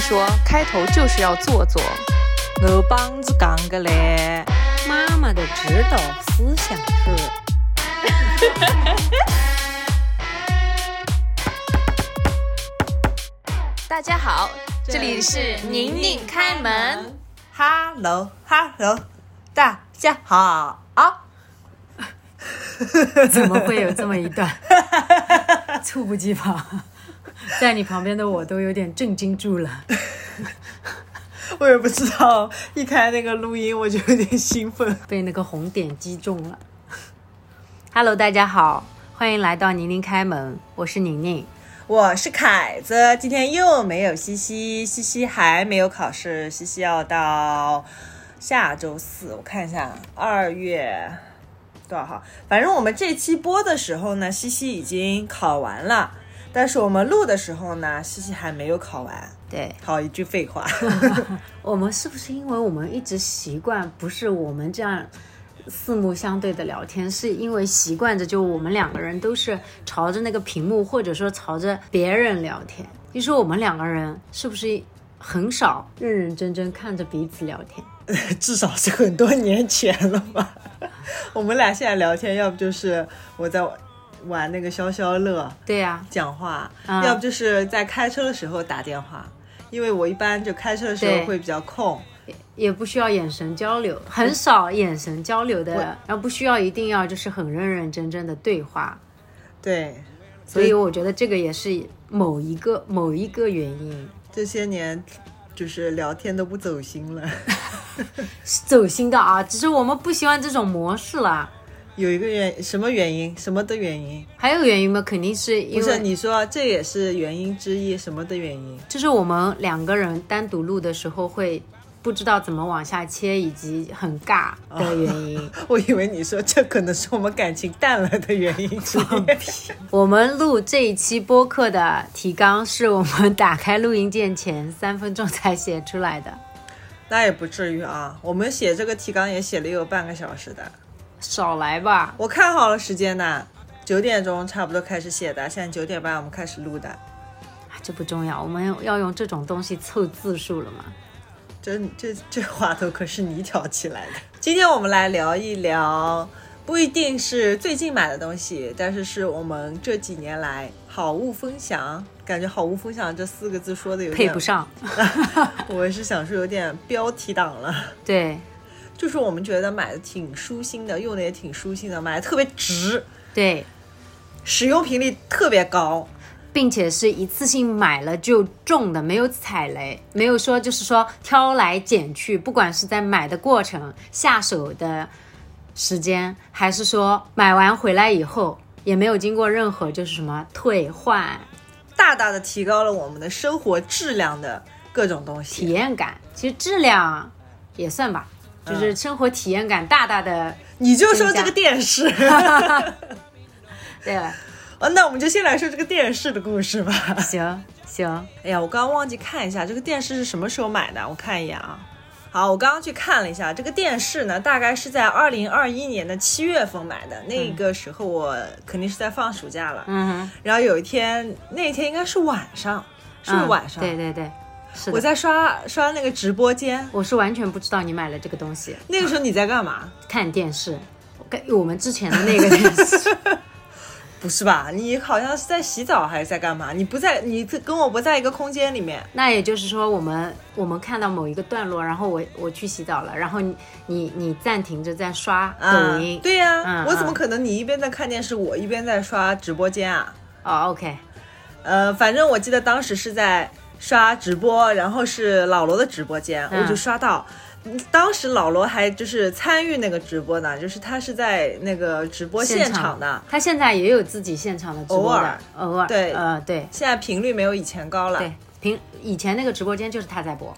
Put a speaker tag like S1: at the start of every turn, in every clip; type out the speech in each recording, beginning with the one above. S1: 说，开头就是要做做。
S2: 我帮子讲个嘞，
S3: 妈妈的指导思想是。
S1: 大家好，这里是宁宁开门。
S2: Hello Hello，大家好啊！
S3: 怎么会有这么一段？猝不及防，在你旁边的我都有点震惊住了。
S2: 我也不知道，一开那个录音我就有点兴奋。
S3: 被那个红点击中了。Hello，大家好，欢迎来到宁宁开门，我是宁宁。
S2: 我是凯子，今天又没有西西，西西还没有考试，西西要到下周四，我看一下二月多少号，反正我们这期播的时候呢，西西已经考完了，但是我们录的时候呢，西西还没有考完。
S3: 对
S2: 好一句废话，
S3: 我们是不是因为我们一直习惯，不是我们这样四目相对的聊天，是因为习惯着就我们两个人都是朝着那个屏幕，或者说朝着别人聊天。你说我们两个人是不是很少认认真真看着彼此聊天？
S2: 至少是很多年前了吧？ 我们俩现在聊天，要不就是我在玩那个消消乐，
S3: 对呀、
S2: 讲话，
S3: 嗯
S2: 要不就是在开车的时候打电话，因为我一般就开车的时候
S3: 对
S2: 会比较空。
S3: 也不需要眼神交流，很少眼神交流的，然后不需要一定要就是很认认真真的对话，
S2: 对，
S3: 所以我觉得这个也是某一个某一个原因。
S2: 这些年就是聊天都不走心了。
S3: 是走心的啊，只是我们不喜欢这种模式啦。
S2: 有一个原什么原因？什么的原因？
S3: 还有原因嘛，肯定是
S2: 不
S3: 因
S2: 是
S3: 为
S2: 你说这也是原因之一，什么的原因？
S3: 就是我们两个人单独录的时候会不知道怎么往下切，以及很尬
S2: 啊
S3: 的原因。
S2: 我以为你说这可能是我们感情淡了的原因之一。
S3: 我们录这一期播客的提纲是我们打开录音键前三分钟才写出来的，
S2: 那也不至于啊，我们写这个提纲也写了有半个小时的。
S3: 少来吧。
S2: 我看好了时间呐，九点钟差不多开始写的，现在九点半我们开始录的。
S3: 这不重要，我们要用这种东西凑字数了嘛？
S2: 这这这话头可是你挑起来的。今天我们来聊一聊，不一定是最近买的东西，但是是我们这几年来好物分享。感觉“好物分享”这四个字说的有点
S3: 配不，上。
S2: 我是想说有点标题党了。
S3: 对
S2: 就是我们觉得买的挺舒心的，用的也挺舒心的，买的特别值，
S3: 对，
S2: 使用频率特别高。
S3: 并且是一次性买了就中的，没有踩雷，没有说就是说挑来拣去，不管是在买的过程、下手的时间，还是说买完回来以后，也没有经过任何就是什么退换
S2: 大大的提高了我们的生活质量的各种东
S3: 体
S2: 西。
S3: 验感，其实质量也算吧，
S2: 嗯
S3: 就是生活体验感大大的，
S2: 你就说这
S3: 增
S2: 个
S3: 加
S2: 电视，
S3: 对吧，
S2: 呃那我们就先来说这个电视的故事吧。
S3: 行行，
S2: 哎呀，我刚刚忘记看一下这个电视是什么时候买的，我看一眼啊。好，我刚刚去看了一下这个电视呢，大概是在二零二一年的七月份买的。那个时候我肯定是在放暑假了。
S3: 嗯哼，
S2: 然后有一天，那天应该是晚上，是不是
S3: 嗯
S2: 晚上？
S3: 对对对，是的
S2: 我在刷刷那个直播间，
S3: 我是完全不知道你买了这个东西，
S2: 那个时候你在干嘛？
S3: 看电视，我跟我们之前的那个电视，
S2: 不是吧？你好像是在洗澡还是在干嘛？你不在，你这跟我不在一个空间里面。
S3: 那也就是说，我们我们看到某一个段落，然后我我去洗澡了，然后你你你暂停着在刷抖音，
S2: 啊、对呀、
S3: 嗯
S2: 我怎么可能你一边在看电视，我一边在刷直播间啊？
S3: 哦，OK，
S2: 呃，反正我记得当时是在刷直播，然后是老罗的直播间，
S3: 嗯
S2: 我就刷到。当时老罗还就是参与那个直播呢，就是他是在那个直播现场的，
S3: 他现在也有自己现场的直播的，偶尔，
S2: 对
S3: 呃，对
S2: 现在频率没有以前高了。
S3: 对，平以前那个直播间就是他在播，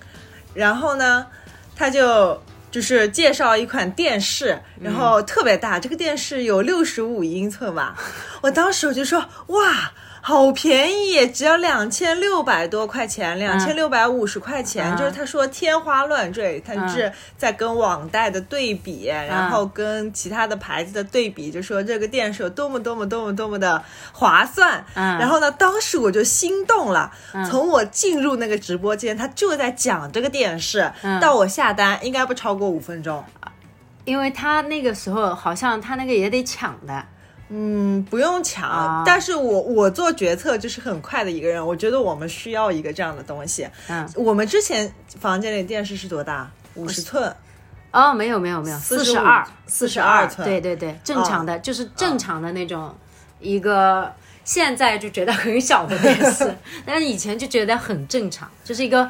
S2: 然后呢，他就就是介绍一款电视，然
S3: 嗯
S2: 后特别大，这个电视有六十五英寸吧。我当时我就说，哇，好便宜，只要两千六百多块钱，两千六百五十块钱，
S3: 嗯
S2: 就是他说天花乱坠，他是在跟网贷的对比，
S3: 嗯
S2: 然后跟其他的牌子的对比，就说这个店是有多么多么多么多么的划算。
S3: 嗯
S2: 然后呢，当时我就心动了，从我进入那个直播间，他就在讲这个电视，
S3: 嗯
S2: 到我下单应该不超过五分钟。
S3: 因为他那个时候好像他那个也得抢的，
S2: 嗯，不用抢，
S3: 啊
S2: 但是我我做决策就是很快的一个人，我觉得我们需要一个这样的东西。
S3: 嗯，
S2: 我们之前房间里电视是多大？五十寸，
S3: 哦，没有没有没有，
S2: 45
S3: 四十二，
S2: 42寸啊
S3: 对对对，正常的，就是正常的那种一个。现在就觉得很小的 电视，但是以前就觉得很正常，就是一个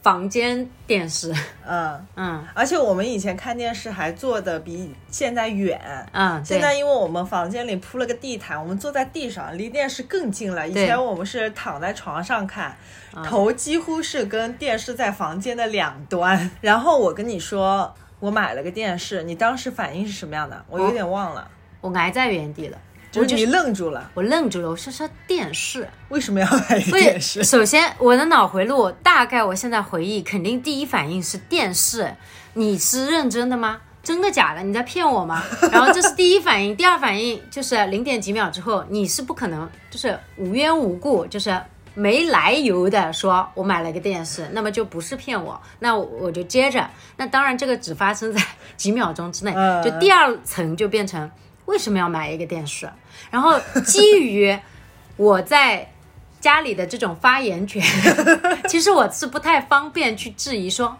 S3: 房间电视。
S2: 嗯，
S3: 嗯
S2: 而且我们以前看电视还坐的比现在远。
S3: 嗯，对
S2: 现在因为我们房间里铺了个地毯，我们坐在地上，离电视更近了。以
S3: 对
S2: 前我们是躺在床上看，头几乎是跟电视在房间的两端。 然后我跟你说，我买了个电视，你当时反应是什么样的？我有点忘了。
S3: 我挨在原地了，
S2: 就
S3: 我
S2: 是
S3: 就
S2: 你
S3: 是
S2: 愣住了，
S3: 我愣住了，我说说电 视，
S2: 为什么要买一个
S3: 对，
S2: 电视？
S3: 首先，我的脑回路，大概我现在回忆，肯定第一反应是电视。你是认真的吗？真的假的？你在骗我吗？然后这是第一反应，第二反应就是零点几秒之后，你是不可能就是无缘无故，就是没来由的说我买了个电视，那么就不是骗我。那我我就接着，那当然这个只发生在几秒钟之内
S2: 嗯，
S3: 就第二层就变成为什么要买一个电视？然后基于我在家里的这种发言权， 其实我是不太方便去质疑说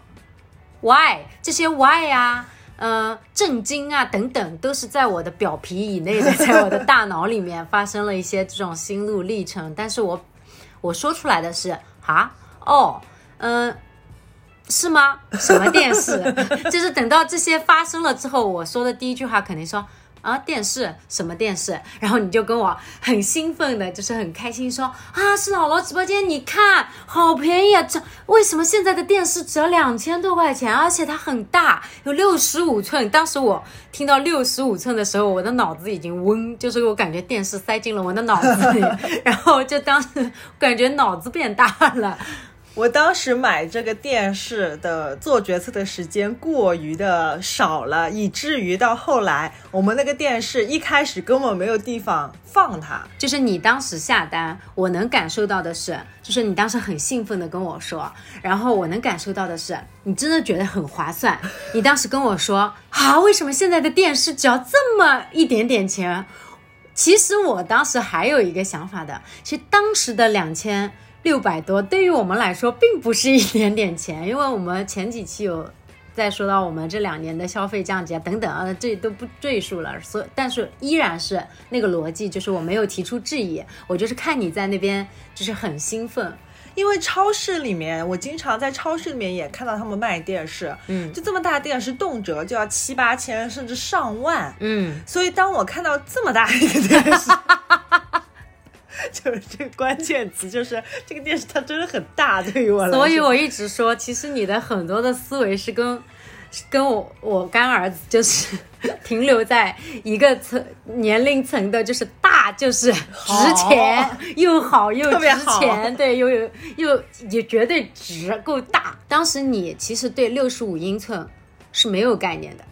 S3: why 这些 why 啊，呃，震惊啊等等，都是在我的表皮以内的，在我的大脑里面发生了一些这种心路历程。但是我我说出来的是啊，哦，嗯、是吗？什么电视？ 就是等到这些发生了之后，我说的第一句话肯定说啊，电视什么电视？然后你就跟我很兴奋的，就是很开心说啊，是姥姥直播间，你看好便宜啊！这为什么现在的电视只要两千多块钱，而且它很大，有六十五寸。当时我听到六十五寸的时候，我的脑子已经嗡，就是我感觉电视塞进了我的脑子里， 然后就当时感觉脑子变大了。
S2: 我当时买这个电视的做决策的时间过于的少了，以至于到后来我们那个电视一开始根本没有地方放它。
S3: 就是你当时下单，我能感受到的是，就是你当时很兴奋的跟我说，然后我能感受到的是，你真的觉得很划算。你当时跟我说啊，为什么现在的电视只要这么一点点钱？其实我当时还有一个想法的，其实当时的两千六百多对于我们来说并不是一点点钱，因为我们前几期有再说到我们这两年的消费降级啊等等啊，这都不赘述了。所以但是依然是那个逻辑，就是我没有提出质疑，我就是看你在那边就是很兴奋，
S2: 因为超市里面，我经常在超市里面也看到他们卖电视，
S3: 嗯
S2: 就这么大电视，动辄就要七八千甚至上万。
S3: 嗯，
S2: 所以当我看到这么大一个电视， 就是这个关键词，就是这个电视它真的很大，对于我来说。
S3: 所以我一直说，其实你的很多的思维是跟是跟我我干儿子就是 停留在一个层年龄层的，就是大就是值钱又好又
S2: 特别
S3: 值
S2: 好
S3: 钱，对，又有又也绝对值够大。当时你其实对六十五英寸是没有概念的，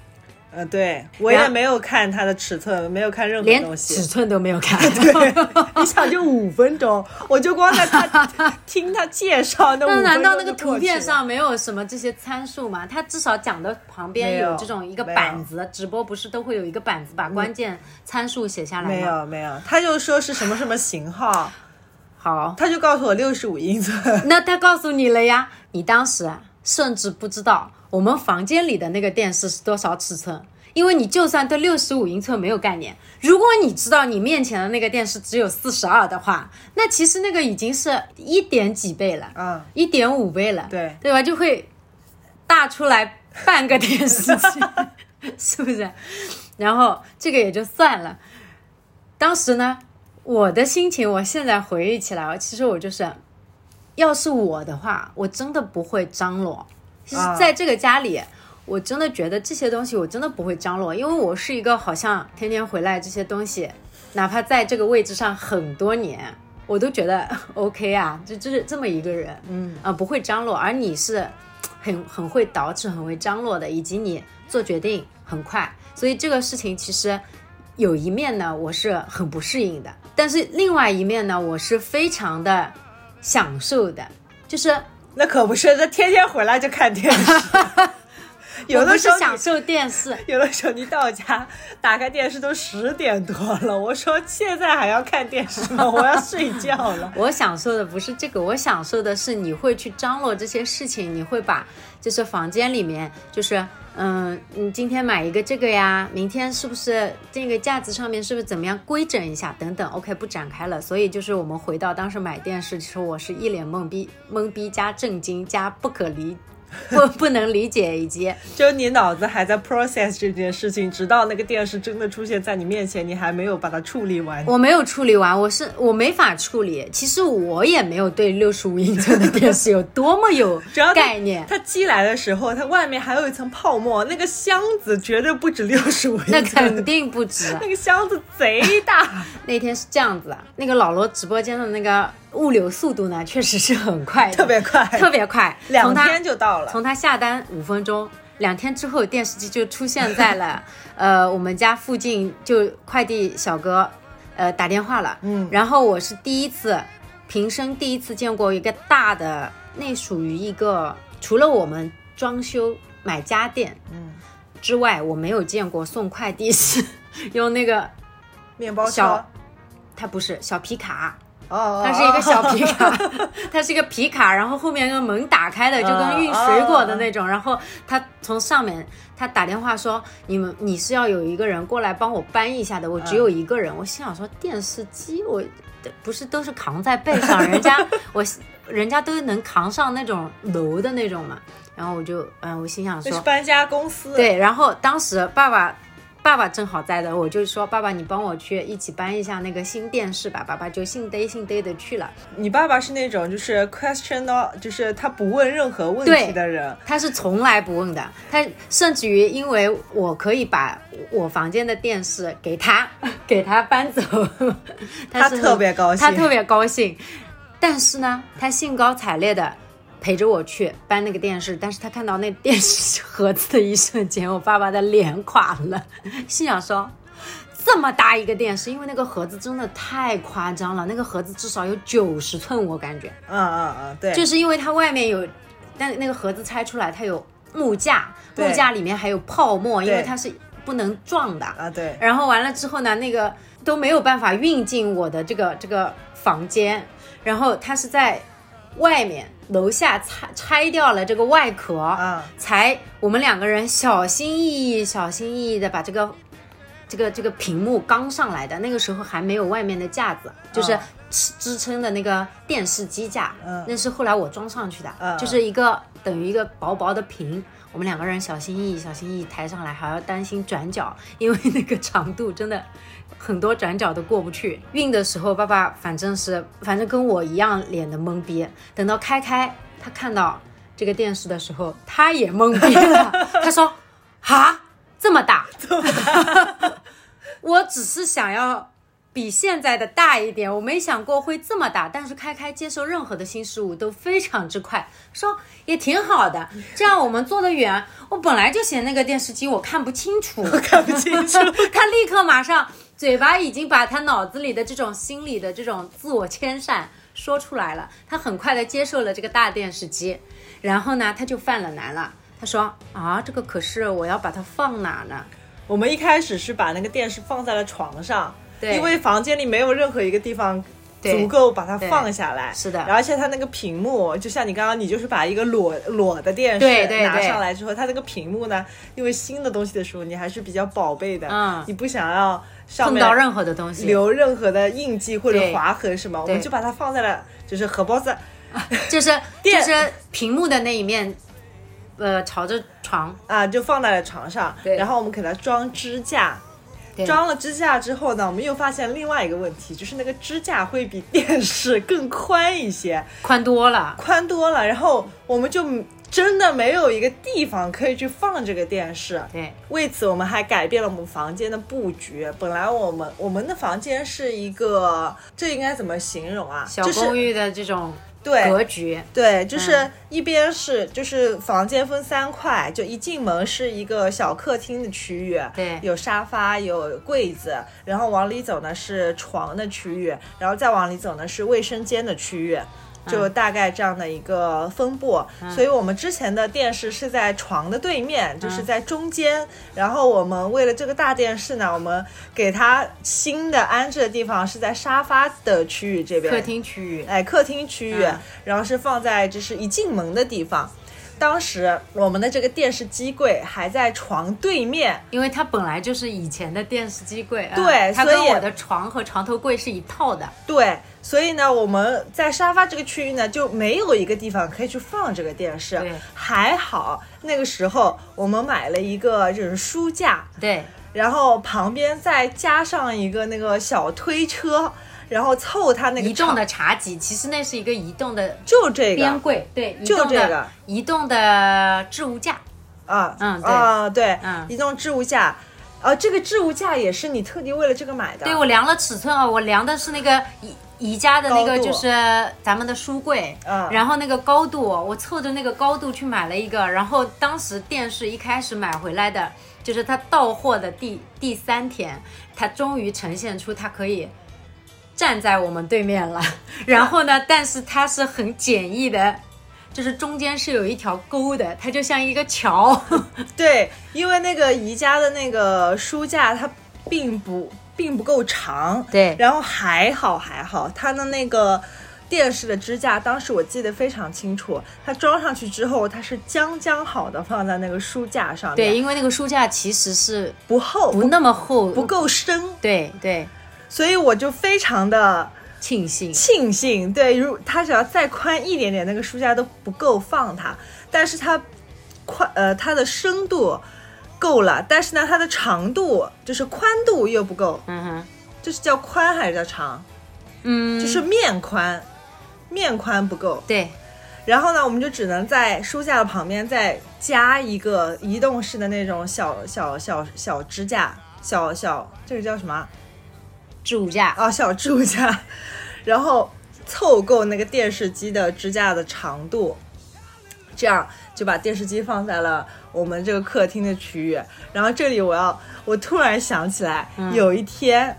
S2: 嗯，对我
S3: 然
S2: 也
S3: 后
S2: 没有看它的尺寸，没有看任何
S3: 连
S2: 东
S3: 尺
S2: 西。
S3: 寸都没有看。
S2: 你想，就五分钟，我就光在他 听他介绍那五
S3: 那
S2: 分钟
S3: 难道那个
S2: 就过
S3: 图片
S2: 去了？
S3: 上没有什么这些参数吗？它至少讲的旁边
S2: 没有
S3: 有这种一个板子，直播不是都会有一个板子把关键参数写下来吗？
S2: 没。有没有，他就说是什么什么型号，
S3: 好，
S2: 他就告诉我六十五英 寸。
S3: 那他告诉你了呀，你当时啊甚至不知道我们房间里的那个电视是多少尺寸。因为你就算对六十五英寸没有概念，如果你知道你面前的那个电视只有四十二的话，那其实那个已经是一点几倍了。
S2: 嗯，
S3: 一点五倍了，
S2: 对
S3: 对吧？就会大出来半个电视机， 是不是？然后这个也就算了。当时呢，我的心情，我现在回忆起来，其实我就是，要是我的话，我真的不会张罗。其实
S2: 啊
S3: 在这个家里。我真的觉得这些东西我真的不会张罗，因为我是一个好像天天回来这些东西，哪怕在这个位置上很多年，我都觉得 OK 啊，就就是这么一个人，嗯啊、不会张罗，而你是很很会捯饬、很会张罗的，以及你做决定很快，所以这个事情其实有一面呢，我是很不适应的，但是另外一面呢，我是非常的享受的，就是
S2: 那可不是，这天天回来就看电 视。有
S3: 我不
S2: 的时
S3: 是
S2: 候
S3: 享
S2: 你，
S3: 受电视，
S2: 有的时候你到家打开电视都十点多了，我说现在还要看电视吗？我要睡觉 了。
S3: 我享受的不是这个，我享受的是你会去张罗这些事情，你会把就是房间里面就是。嗯，你今天买一个这个呀，明天是不是这个架子上面是不是怎么样规整一下等等？OK，不展开了。所以就是我们回到当时买电视，其实我是一脸懵逼、懵逼加震惊加不可理 不不能理解以及
S2: 就你脑子还在 process 这件事情，直到那个电视真的出现在你面前，你还没有把它处理完。
S3: 我没有处理完，我是我没法处理。其实我也没有对六十五英寸的电视有多么有
S2: 只要它
S3: 概念。
S2: 它寄来的时候，它外面还有一层泡沫，那个箱子绝对不止六十五 英寸，
S3: 那肯定不止。啊
S2: 那个箱子贼大。
S3: 那天是这样子啊，那个老罗直播间的那个物流速度呢，确实是很快的，
S2: 特别 快
S3: 特别快，
S2: 两
S3: 从他
S2: 天就到了
S3: 从他下单五分钟，两天之后电视机就出现在 了呃我们家附近，就快递小哥呃打电话了，嗯，然后我是第一次，平生第一次见过一个大的，那属于一个除了我们装修买家电，嗯。之外，我没有见过送快递是 用那个
S2: 面包车，
S3: 小
S2: 哦
S3: 它不是小皮卡，
S2: 哦，
S3: 它是一个小皮 卡，哦它是一个皮卡，然后后面那个门打开的，就跟运水果的那种。然后他从上面，他打电话说：“你们你是要有一个人过来帮我搬一下的，我只有一个人。”我心想说：“电视机我不是都是扛在背上，人 家我人家都能扛上那种楼的那种嘛。”然后我就嗯，我心想
S2: 这
S3: 说
S2: 是搬家公司。，
S3: 对，然后当时爸爸爸爸正好在的，我就说爸爸，你帮我去一起搬一下那个新电视吧。爸爸就兴嘚兴嘚的去了。
S2: 你爸爸是那种就是 question all，就是他不问任何问
S3: 对
S2: 题的人。
S3: 他是从来不问的，他甚至于因为我可以把我房间的电视给他， 给他搬走， 他
S2: 他
S3: 是很
S2: 特别高兴
S3: 他特别高兴。但是呢，他兴高采烈的陪着我去搬那个电视，但是他看到那电视盒子的一瞬间，我爸爸的脸垮了， 心想说。这么大一个电视，因为那个盒子真的太夸张了，那个盒子至少有九十寸，我感觉。
S2: 嗯嗯嗯，对，
S3: 就是因为它外面有，但那个盒子拆出来，它有木架，
S2: 对
S3: 木架里面还有泡沫，因为
S2: 对
S3: 它是不能撞的。
S2: 啊对，
S3: 然后完了之后呢，那个都没有办法运进我的这个这个房间，然后它是在外面楼下拆拆掉了这个外壳，
S2: 啊
S3: 才我们两个人小心翼翼、小心翼翼的把这个这个这个屏幕刚上来的，那个时候还没有外面的架子，就是
S2: 啊
S3: 支支撑的那个电视机架，
S2: 嗯
S3: 那是后来我装上去的，
S2: 嗯
S3: 就是一个等于一个薄薄的屏。我们两个人小心翼翼、小心翼翼抬上来，还要担心转角，因为那个长度真的很多转角都过不去。运的时候，爸爸反正是 反正跟我一样脸的懵逼。等到开开，他看到这个电视的时候，他也懵逼了。他说：“哈，这么大，我只是想要比现在的大一点，我没想过会这么大。但是开开接受任何的新事物都非常之快，说也挺 好的，这样我们坐得远。我本来就嫌那个电视机我看不清楚，我
S2: 看不清楚
S3: 他立刻马上嘴巴已经把他脑子里的这种心理的这种自我谦善说出来了，他很快的接受了这个大电视机，然后呢，他就犯了难了。他说啊，这个可是我要把它放哪呢？
S2: 我们一开始是把那个电视放在了床上，
S3: 对
S2: 因为房间里没有任何一个地方
S3: 对
S2: 足够把它放下来，
S3: 是的
S2: 而且它那个屏幕，就像你刚刚，你就是把一个裸裸的电视
S3: 对对
S2: 拿
S3: 对
S2: 上来之后，它那个屏幕呢，因为新的东西的时候，你还是比较宝贝的，
S3: 嗯
S2: 你不想要上
S3: 碰
S2: 面
S3: 到任何的东西，
S2: 留任何的印记或者
S3: 对
S2: 划痕什么，我们
S3: 对
S2: 就把它放在了就是荷包子，
S3: 就是就
S2: 电
S3: 是屏幕的那一面，呃，朝着床，
S2: 啊，就放在了床上，
S3: 对
S2: 然后我们给它装支架。
S3: 对
S2: 装了支架之后呢，我们又发现另外一个问题，就是那个支架会比电视更宽一些，
S3: 宽多了。
S2: 宽多了。然后我们就真的没有一个地方可以去放这个电视。
S3: 对，
S2: 为此，我们还改变了我们房间的布局。本来我们我们的房间是一个，这应该怎么形容啊？
S3: 小
S2: 就是
S3: 公寓的这种
S2: 对
S3: 格局，
S2: 对，就是
S3: 嗯
S2: 一边是、就是房间分三块，就一进门是一个小客厅的区域，
S3: 对
S2: 有沙发有柜子，然后往里走呢是床的区域，然后再往里走呢是卫生间的区
S3: 嗯
S2: 域。就大概这样的一个分布，所以我们之前的电视是在床的对面，
S3: 嗯
S2: 就是在中间。然后我们为了这个大电视呢，我们给它新的安置的地方是在沙发的区域这边，
S3: 客厅区域，
S2: 哎，客厅区域，
S3: 嗯
S2: 然后是放在就是一进门的地方。当时我们的这个电视机柜还在床对面，
S3: 因为它本来就是以前的电视机柜，啊
S2: 对
S3: 它
S2: 所以
S3: 跟我的床和床头柜是一套的，
S2: 对，所以呢，我们在沙发这个区域呢就没有一个地方可以去放这个电视
S3: 对。
S2: 还好那个时候我们买了一个就是书架，
S3: 对，
S2: 然后旁边再加上一个那个小推车，然后凑它那个
S3: 移动
S2: 长，
S3: 的茶几，其实那是一个移动的
S2: 就这个
S3: 边柜，对，移
S2: 就
S3: 动
S2: 这
S3: 的
S2: 个
S3: 移动的置物架，
S2: 啊，
S3: 嗯对
S2: 啊，对，
S3: 嗯
S2: 移动置物架，啊，这个置物架也是你特地为了这个买的，
S3: 对我量了尺寸啊，我量的是那个宜宜家的那
S2: 高
S3: 个，
S2: 度
S3: 就是咱们的书柜，
S2: 嗯
S3: 然后那个高度，我凑着那个高度去买了一个，然后当时电视一开始买回来的，就是它到货的第第三天，它终于呈现出它可以。站在我们对面了， 然后呢？但是它是很简易的，就是中间是有一条沟的，它就像一个桥。
S2: 对，因为那个宜家的那个书架它并不并不够长，
S3: 对
S2: 然后还好还好，它的那个。电视的支架，当时我记得非常清楚，它装上去之后，它是将将好的放在那个书架上面，
S3: 对，，因为那个书架其实是
S2: 不厚，
S3: 不那么厚，
S2: 不够深，
S3: 对对，
S2: 所以我就非常的
S3: 庆幸。
S2: 庆幸，对，如它只要再宽一点点，那个书架都不够放它。但是它宽，呃，它的深度够了，但是呢，它的长度就是宽度又不够，
S3: 嗯哼，
S2: 这是叫宽还是叫长？
S3: 嗯，
S2: 就是面宽，面宽不够。
S3: 对
S2: 然后呢，我们就只能在书架的旁边再加一个移动式的那种小小小小支架，小小这个叫什么啊？
S3: 置物架，
S2: 啊，小置物架，然后凑够那个电视机的支架的长度，这样就把电视机放在了我们这个客厅的区域。然后这里我要，我突然想起来，有一天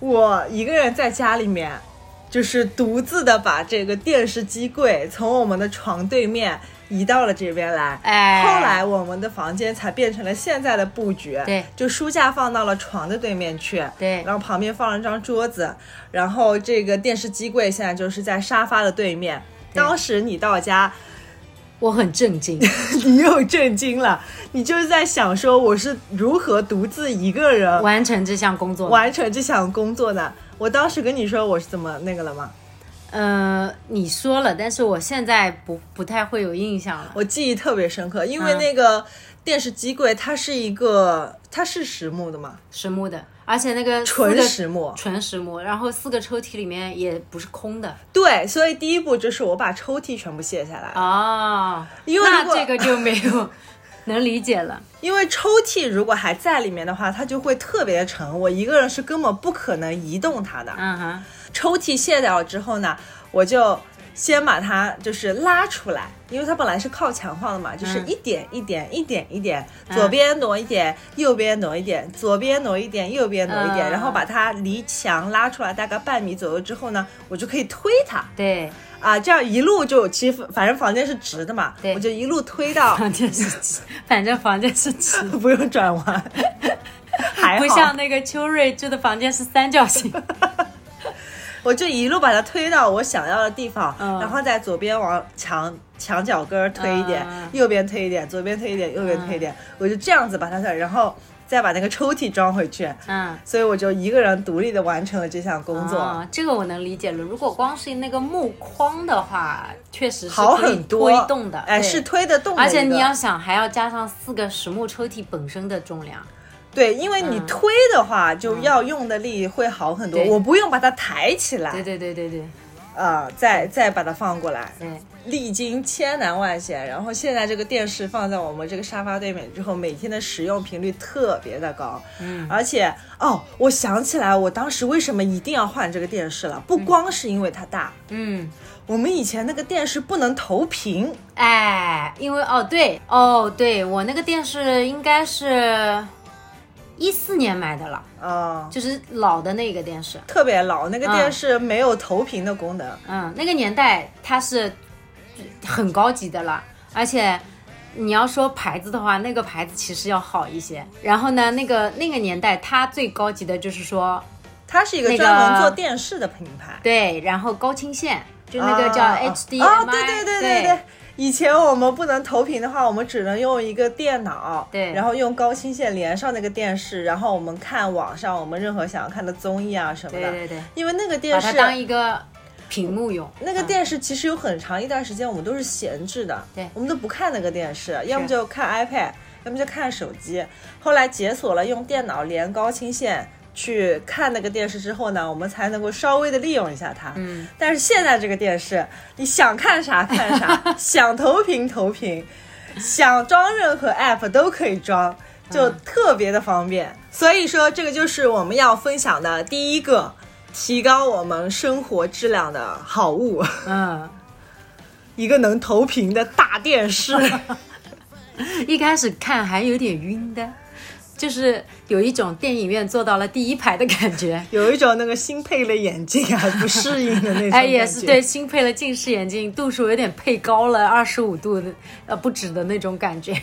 S2: 我一个人在家里面。就是独自的把这个电视机柜从我们的床对面移到了这边来，
S3: 哎
S2: 哦后来我们的房间才变成了现在的布局，
S3: 对
S2: 就书架放到了床的对面去，
S3: 对
S2: 然后旁边放了张桌子，然后这个电视机柜现在就是在沙发的对面。当时你到家，
S3: 我很 震惊。
S2: 你又震惊了，你就是在想说我是如何独自一个人
S3: 完成这项工作，
S2: 完成这项工作的。我当时跟你说我是怎么那个了吗？
S3: 呃，你说了，但是我现在不不太会有印象了。
S2: 我记忆特别深刻，因为
S3: 嗯
S2: 那个电视机柜它是一个，它是实木的嘛，
S3: 实木的，而且那个四
S2: 纯
S3: 个
S2: 实木，
S3: 纯实木，然后四个抽屉里面也不是空的
S2: 对，所以第一步就是我把抽屉全部卸下来，
S3: 哦。
S2: 因为如
S3: 那
S2: 果
S3: 这个就没有 能理解了。
S2: 因为抽屉如果还在里面的话，它就会特别沉，我一个人是根本不可能移动它的。
S3: 嗯哼，
S2: 抽屉卸掉了之后呢，我就先把它就是拉出来，因为它本来是靠墙放的嘛，就是一点一点一点一点，左边挪一点，右边挪一点，左边挪一点，右边挪一点，
S3: 嗯
S2: 然后把它离墙拉出来大概半米左右之后呢，我就可以推它
S3: 对，
S2: 啊，这样一路就其实反正房间是直的嘛，
S3: 对
S2: 我就一路推 到
S3: 房间是直，反正房间是直，
S2: 不用转弯，还好
S3: 不像那个邱瑞住的房间是三角形。
S2: 我就一路把它推到我想要的地方，
S3: 嗯
S2: 然后在左边往墙墙角根儿推一点，
S3: 嗯
S2: 右边推一点，左边推一点，右边推一点，我就这样子把它推，然后再把那个抽屉装回去。
S3: 嗯，
S2: 所以我就一个人独立的完成了这项工作，
S3: 啊，这个我能理解了。如果光是那个木框的话，确实是
S2: 好
S3: 可以
S2: 很多，
S3: 推动的，
S2: 哎，
S3: 对
S2: 是。推得动的一个。
S3: 而且你要想，还要加上四个实木抽屉本身的重量，
S2: 对，因为你推的话，就要用的力会好很多。
S3: 嗯对
S2: 我不用把它抬起来，
S3: 对对对对对，
S2: 呃，再再把它放过来。
S3: 对，
S2: 历经千难万险，然后现在这个电视放在我们这个沙发对面之后，每天的使用频率特别的高。嗯，而且哦，我想起来，我当时为什么一定要换这个电视了？不光是因为它大，
S3: 嗯，
S2: 我们以前那个电视不能投屏，
S3: 哎，因为哦对哦对，我那个电视应该是一四年买的了，
S2: 啊、
S3: 就是老的那个电视。
S2: 特别老，那个
S3: 嗯
S2: 电视没有投屏的功能。
S3: 嗯，那个年代它是很高级的了，而且你要说牌子的话，那个牌子其实要好一些。然后呢，那个那个年代它最高级的就是说，
S2: 它是一个
S3: 那个
S2: 专门做电视的品牌，
S3: 对，然后高清线，就那个
S2: 啊
S3: 叫
S2: 啊
S3: HDMI，、
S2: 啊，对对对
S3: 对
S2: 对。以前我们不能投屏的话，我们只能用一个电脑，
S3: 对
S2: 然后用高清线连上那个电视，然后我们看网上我们任何想要看的综艺啊什么
S3: 对
S2: 的。
S3: 对对
S2: 因为那个
S3: 把
S2: 电
S3: 它
S2: 视，
S3: 当一个屏幕用。
S2: 那个
S3: 嗯
S2: 电视其实有很长一段时间我们都是闲置的，
S3: 对
S2: 我们都不看那个电视，要么就看 iPad，要么就看手机。后来解锁了用电脑连高清线去看那个电视之后呢，我们才能够稍微的利用一下它。嗯，但是现在这个电视，你想看啥看 啥，想投屏投屏，想装任何 app 都可以装，
S3: 嗯
S2: 就特别的方便。所以说，这个就是我们要分享的第一个。提高我们生活质量的好物，
S3: 嗯，
S2: 一个能投屏的大电 视。
S3: 一开始看还有点晕的，就是有一种电影院坐到了第一排的感觉。
S2: 有一种那个新配了眼镜还不适应的那种
S3: 哎，也是
S2: 感觉
S3: 对，新配了近视眼镜，度数有点配高了，二十五度的呃不止的那种感觉。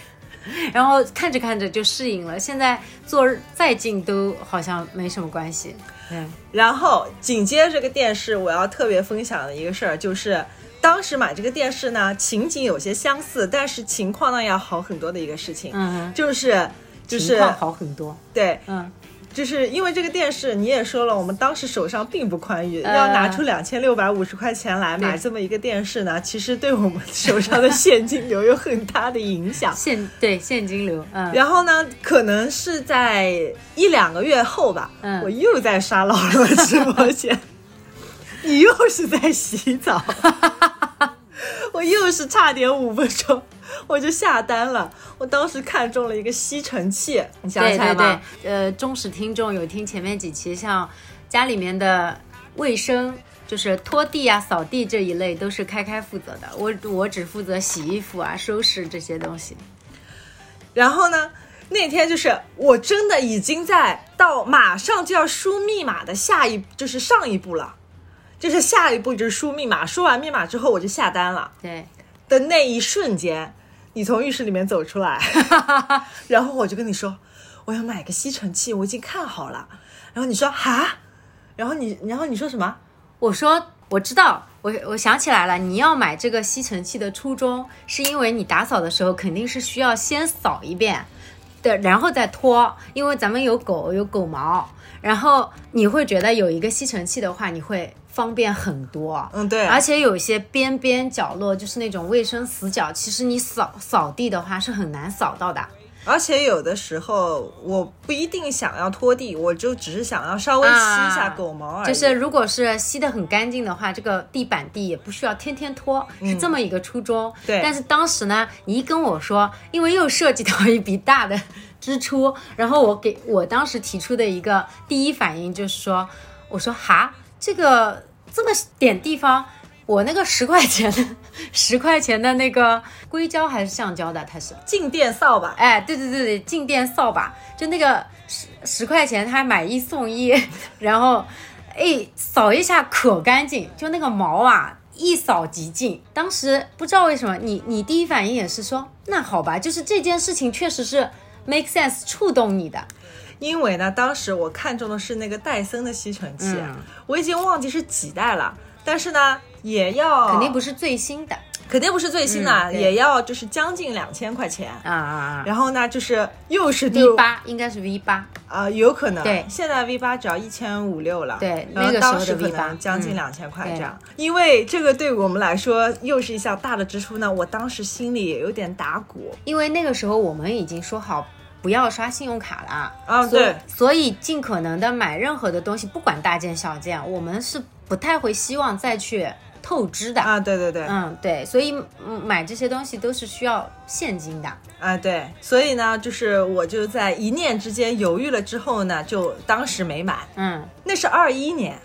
S3: 然后看着看着就适应了，现在坐再近都好像没什么关系。嗯，
S2: 然后紧接着这个电视，我要特别分享的一个事儿就是。当时买这个电视呢，情景有些相似，但是情况呢要好很多的一个事情，
S3: 嗯哼
S2: 就是就
S3: 情
S2: 是
S3: 况好很多。
S2: 对，
S3: 嗯，
S2: 就是因为这个电视，你也说了，我们当时手上并不宽裕，
S3: 呃
S2: 要拿出两千六百五十块钱来买
S3: 对。
S2: 这么一个电视呢，其实对我们手上的现金流有很大的影响
S3: 现对现金流，嗯，
S2: 然后呢，可能是在一两个月后吧，
S3: 嗯
S2: 我又在刷老罗直播 间，你又是在洗澡，我又是差点五分钟我就下单了。我当时看中了一个吸尘器，你想
S3: 对
S2: 起来
S3: 对
S2: 吗？
S3: 对，呃，忠实听众有听前面几期，像家里面的卫生。就是拖地啊、扫地这一类都是开开负责的，我我只负责洗衣服啊、收拾这些东西。
S2: 然后呢，那天就是我真的已经在到马上就要输密码的下一，就是上一步了，就是下一步就是输密码。输完密码之后，我就下单了
S3: 对，
S2: 的那一瞬间，你从浴室里面走出 来，然后我就跟你说，我要买个吸尘器，我已经看好了。然后你说哈，然后你然后你说什么？
S3: 我说我知道，我我想起来了，你要买这个吸尘器的初衷，是因为你打扫的时候肯定是需要先扫一遍，对，然后再拖，因为咱们有狗有狗毛，然后你会觉得有一个吸尘器的话，你会方便很多，
S2: 嗯对
S3: 而且有一些边边角落就是那种卫生死角，其实你扫扫地的话是很难扫到的，
S2: 而且有的时候我不一定想要拖地，我就只是想要稍微吸一下
S3: 啊
S2: 狗毛而已。
S3: 就是如果是吸的很干净的话，这个地板地也不需要天天拖，是这么一个初衷。
S2: 嗯对
S3: 但是当时呢，你一跟我说，因为又涉及到一笔大的支出， 然后我给我当时提出的一个第一反应就是说，我说哈，这个这么点地方。我那个十块钱 的，十块钱的那个硅胶还是橡胶的？它是
S2: 静电扫把，
S3: 哎，对对对对，静电扫把，就那个十十块钱，他买一送一， 然后，哎，扫一下可干净，就那个毛啊，一扫即净。当时不知道为什么，你你第一反应也是说，那好吧，就是这件事情确实是 make sense 触动你的，
S2: 因为呢，当时我看中的是那个戴森的吸尘器，
S3: 嗯
S2: 我已经忘记是几代了，但是呢，也要
S3: 肯定不
S2: 是
S3: 是最新的
S2: 肯定不是最新的，
S3: 嗯对
S2: 也要就是将近两千块钱。
S3: 啊啊啊
S2: 然后呢，就是又是对
S3: ！V
S2: 我
S3: 八应该是 V 八，
S2: 啊、有可能
S3: 对
S2: 现在 V 八只要一千五六了，
S3: 对
S2: 然后
S3: 那个时候
S2: 当
S3: 的
S2: 时可
S3: V8
S2: 能将近
S3: 嗯
S2: 两千块这样，因为这个对我们来说又是一项大的支出呢，我当时心里也有点打鼓，
S3: 因为那个时候我们已经说好不要刷信用卡了
S2: 啊
S3: 所以
S2: 对
S3: 所以尽可能的买任何的东西，不管大件小件，我们是不太会希望再去透支的。
S2: 啊，对对对，
S3: 嗯，对，所以嗯买这些东西都是需要现金的。
S2: 啊，对，所以呢，就是我就在一念之间犹豫了之后呢，就当时没买。
S3: 嗯，
S2: 那是二一年，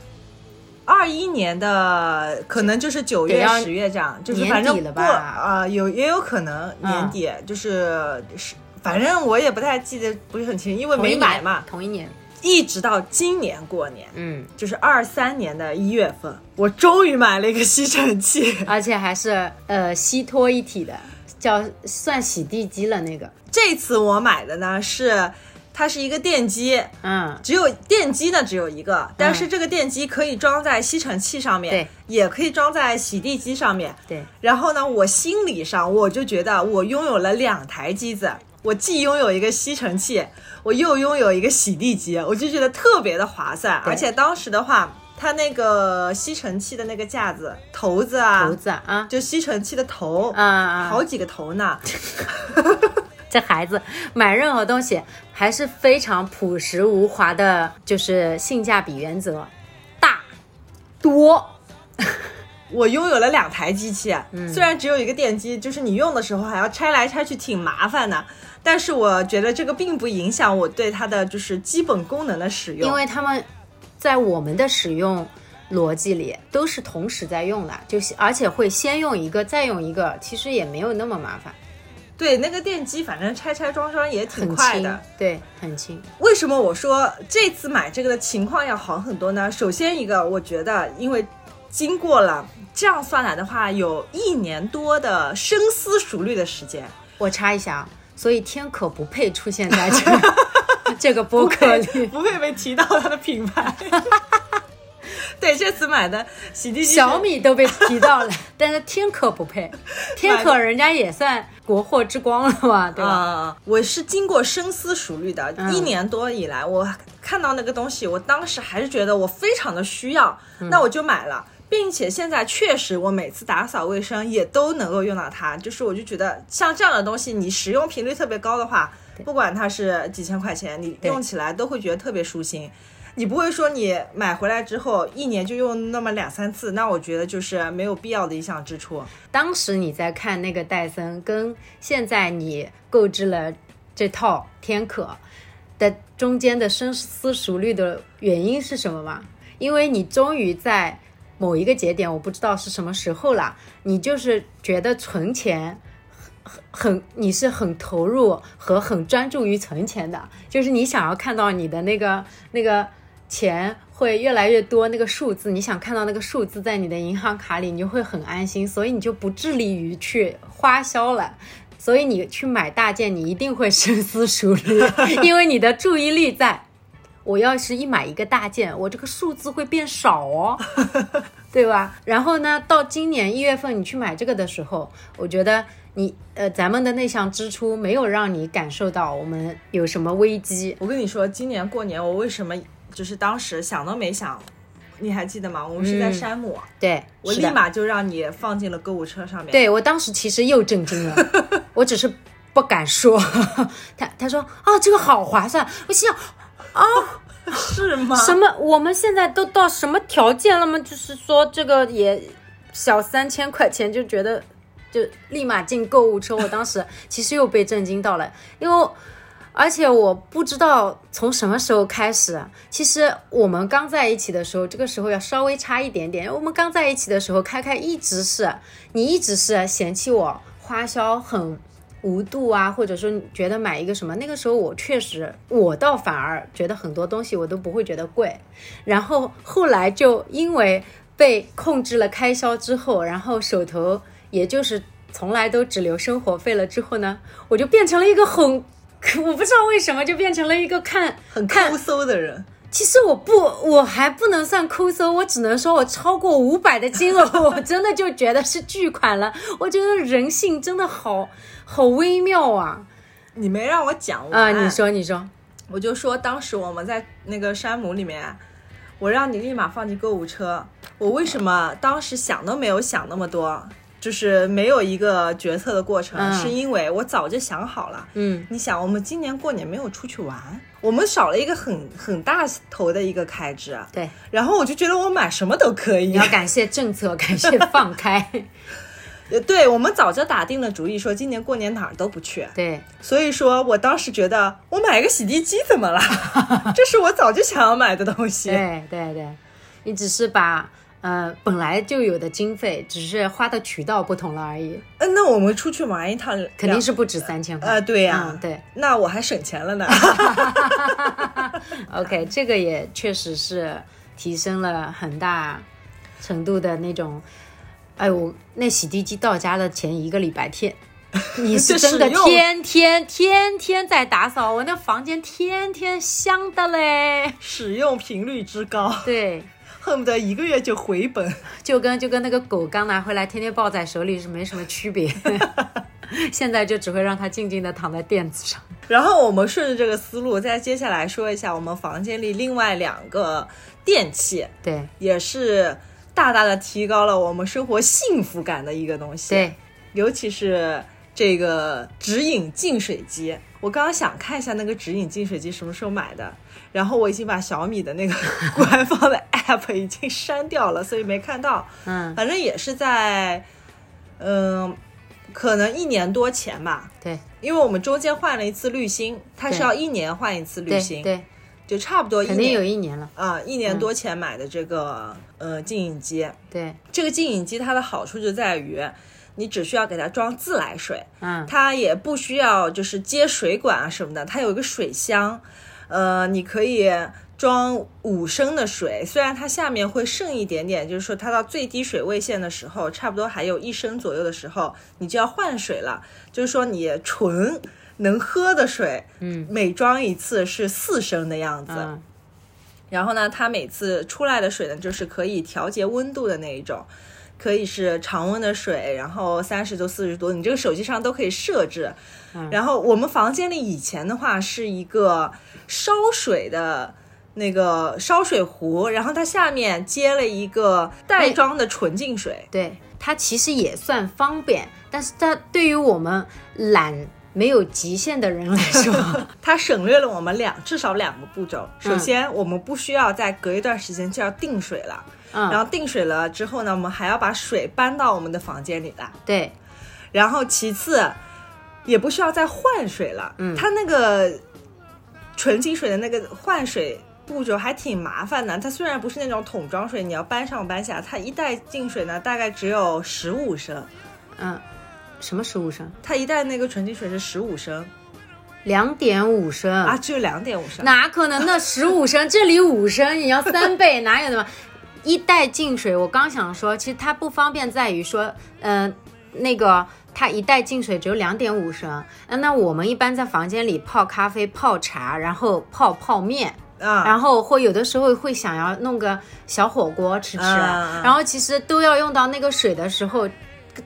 S2: 二一年的可能就是九
S3: 得
S2: 月、
S3: 要
S2: 十月这样，就是
S3: 年
S2: 反正
S3: 底了
S2: 过
S3: 吧
S2: 啊、有也有可能
S3: 嗯
S2: 年底、就是是，反正我也不太记得，不是很清，因为
S3: 同一
S2: 没买
S3: 年
S2: 嘛，
S3: 同一年。
S2: 一直到今年过年，
S3: 嗯，
S2: 就是二三年的一月份，我终于买了一个吸尘器。
S3: 而且还是呃吸拖一体的，叫算洗地机了那个。
S2: 这次我买的呢是，它是一个电机，
S3: 嗯，
S2: 只有电机呢只有一个，但是这个电机可以装在吸尘器上面，
S3: 对
S2: 也可以装在洗地机上面。
S3: 对，
S2: 然后呢，我心理上我就觉得我拥有了两台机子，我既拥有一个吸尘器，我又拥有一个洗地机，我就觉得特别的划算。
S3: 对
S2: 而且当时的话，它那个吸尘器的那个架子头子啊，
S3: 猴子啊
S2: 就吸尘器的头
S3: 啊，啊！
S2: 好几个头呢。
S3: 这孩子买任何东西还是非常朴实无华的，就是性价比原则，大多。
S2: 我拥有了两台机器，
S3: 嗯
S2: 虽然只有一个电机，就是你用的时候还要拆来拆去，挺麻烦的。但是我觉得这个并不影响我对它的就是基本功能的使用，
S3: 因为他们在我们的使用逻辑里都是同时在用的，就是而且会先用一个再用一个，其实也没有那么麻烦，
S2: 对那个电机，反正拆拆装装也挺
S3: 很
S2: 快
S3: 轻
S2: 的。，
S3: 对，很轻。
S2: 为什么我说这次买这个的情况要好很多呢？首先一个，我觉得因为经过了这样算来的话，有一年多的深思熟虑的时间，
S3: 我插一下啊，所以天可不配出现在这 个这个播客里。
S2: 不会被提到它的品牌。 对，这次买的洗地机
S3: 小米都被提到了， 但是天可不配，天可人家也算国货之光了嘛，对吧？
S2: 啊、我是经过深思熟虑的，
S3: 嗯
S2: 一年多以来，我看到那个东西，我当时还是觉得我非常的需要，
S3: 嗯
S2: 那我就买了。并且现在确实，我每次打扫卫生也都能够用到它。就是我就觉得，像这样的东西，你使用频率特别高的话，不管它是几千块钱，你
S3: 对
S2: 用起来都会觉得特别舒心。你不会说你买回来之后一年就用那么两三次，那我觉得就是没有必要的一项支出。
S3: 当时你在看那个戴森，跟现在你购置了这套天可的中间的深思熟虑的原因是什么吗？因为你终于在某一个节点，我不知道是什么时候了，你就是觉得存钱。很很，你是很投入和很专注于存钱的，就是你想要看到你的那个那个钱会越来越多，那个数字，你想看到那个数字在你的银行卡里，你就会很安心，所以你就不致力于去花销了。所以你去买大件，你一定会深思熟虑， 因为你的注意力在。我要是一买一个大件，我这个数字会变少 哦，对吧？然后呢，到今年一月份你去买这个的时候，我觉得你呃，咱们的那项支出没有让你感受到我们有什么危机，
S2: 我跟你说，今年过年我为什么就是当时想都没想，你还记得吗？我们是在山姆，
S3: 对
S2: 我
S3: 嗯是
S2: 立
S3: 的
S2: 马就让你放进了购物车上面。，
S3: 对我当时其实又震惊了，我只是不敢说。 他他说啊，这个好划算，我心想
S2: 是吗？
S3: 什么？我们现在都到什么条件了吗？就是说这个也小三千块钱就觉得就立马进购物车。我当时其实又被震惊到了，因为而且我不知道从什么时候开始，其实我们刚在一起的时候，这个时候要稍微差一点点。我们刚在一起的时候，开开一直是你一直是嫌弃我花销很无度啊，或者说你觉得买一个什么，那个时候我确实，我倒反而觉得很多东西我都不会觉得贵，然后后来就因为被控制了开销之后，然后手头也就是从来都只留生活费了之后呢，我就变成了一个很， 我不知道为什么就变成了一个看
S2: 很
S3: 看
S2: 抠搜的人，
S3: 其实我不，我还不能算抠搜，我只能说我超过五百的金额， 我真的就觉得是巨款了。我觉得人性真的好好微妙啊！
S2: 你没让我讲
S3: 啊、
S2: 完。
S3: 你，说，你说，
S2: 我就说当时我们在那个山姆里面，我让你立马放进购物车。我为什么当时想都没有想那么多？就是没有一个决策的过程，
S3: 嗯
S2: 是因为我早就想好了。
S3: 嗯，
S2: 你想，我们今年过年没有出去玩，我们少了一个很很大头的一个开支，
S3: 对，
S2: 然后我就觉得我买什么都可以
S3: 你。要感谢政策，感谢放开，
S2: 呃对，我们早就打定了主意，说今年过年哪儿都不去。
S3: 对，
S2: 所以说我当时觉得，我买个洗地机怎么了？ 这是我早就想要买的东西。
S3: 对对对，你只是把呃本来就有的经费，只是花的渠道不同了而已，
S2: 嗯，那我们出去玩一趟，
S3: 肯定是不止三千块。
S2: 呃，对呀、
S3: 嗯，对
S2: 那我还省钱 了呢。
S3: ，OK，这个也确实是提升了很大程度的那种。哎，我那洗地机到家的前一个礼拜天，你是
S2: 就
S3: 真的
S2: 使用
S3: 天天天天在打扫，我那房间天天香的嘞。
S2: 使用频率之高，
S3: 对，
S2: 恨不得一个月就回本。
S3: 就跟就跟那个狗刚拿回来，天天抱在手里是没什么区别。现在就只会让它静静的躺在垫子上。
S2: 然后我们顺着这个思路，再接下来说一下我们房间里另外两个电器，
S3: 对
S2: 也是大大的提高了我们生活幸福感的一个东西。，
S3: 对，
S2: 尤其是这个直饮净水机。我刚刚想看一下那个直饮净水机什么时候买的，然后我已经把小米的那个 官方的 app 已经删掉了，所以没看到。
S3: 嗯，
S2: 反正也是在，嗯、可能一年多前吧，
S3: 对
S2: 因为我们中间换了一次滤芯，它是
S3: 对
S2: 要一年换一次滤
S3: 对
S2: 芯，
S3: 对，
S2: 就差不多一
S3: 肯定有
S2: 年
S3: 一年了。
S2: 啊、一年多前买的这个、呃净饮机。
S3: 对，
S2: 这个净饮机它的好处就在于，你只需要给它装自来水，
S3: 嗯，
S2: 它也不需要就是接水管啊什么的，它有一个水箱，呃，你可以装五升的水，虽然它下面会剩一点点，就是说它到最低水位线的时候，差不多还有一升左右的时候，你就要换水了，就是说你纯能喝的水，
S3: 嗯，
S2: 每装一次是四升的样子，
S3: 嗯，
S2: 然后呢，它每次出来的水呢，就是可以调节温度的那一种，可以是常温的水，然后三十度、四十度，你这个手机上都可以设置。然后我们房间里以前的话是一个烧水的。那个烧水壶，然后它下面接了一个袋装的纯净水，
S3: 对，它其实也算方便，但是它对于我们懒没有极限的人来说，
S2: 它省略了我们两至少两个步骤。首先，我们不需要再隔一段时间就要定水了，然
S3: 嗯，
S2: 后定水了之后呢，我们还要把水搬到我们的房间里来。
S3: 对，
S2: 然后其次，也不需要再换水了。嗯，它那个纯净水的那个换水步骤还挺麻烦的。它虽然不是那种桶装水，你要搬上搬下，它一袋净水呢大概只有十五升，
S3: 嗯，什么十五升？
S2: 它一袋那个纯净水是十五升
S3: 两点五升
S2: 啊，只有两点五升。
S3: 哪可嗯能？那十五升，这里五升，你要三倍，哪有那么？一袋净水，我刚想说，其实它不方便在于说，嗯、那个它一袋净水只有两点五升，呃那我们一般在房间里泡咖啡、泡茶，然后泡泡面，
S2: 啊，
S3: 然后或有的时候会想要弄个小火锅吃吃，
S2: 啊
S3: 然后其实都要用到那个水的时候，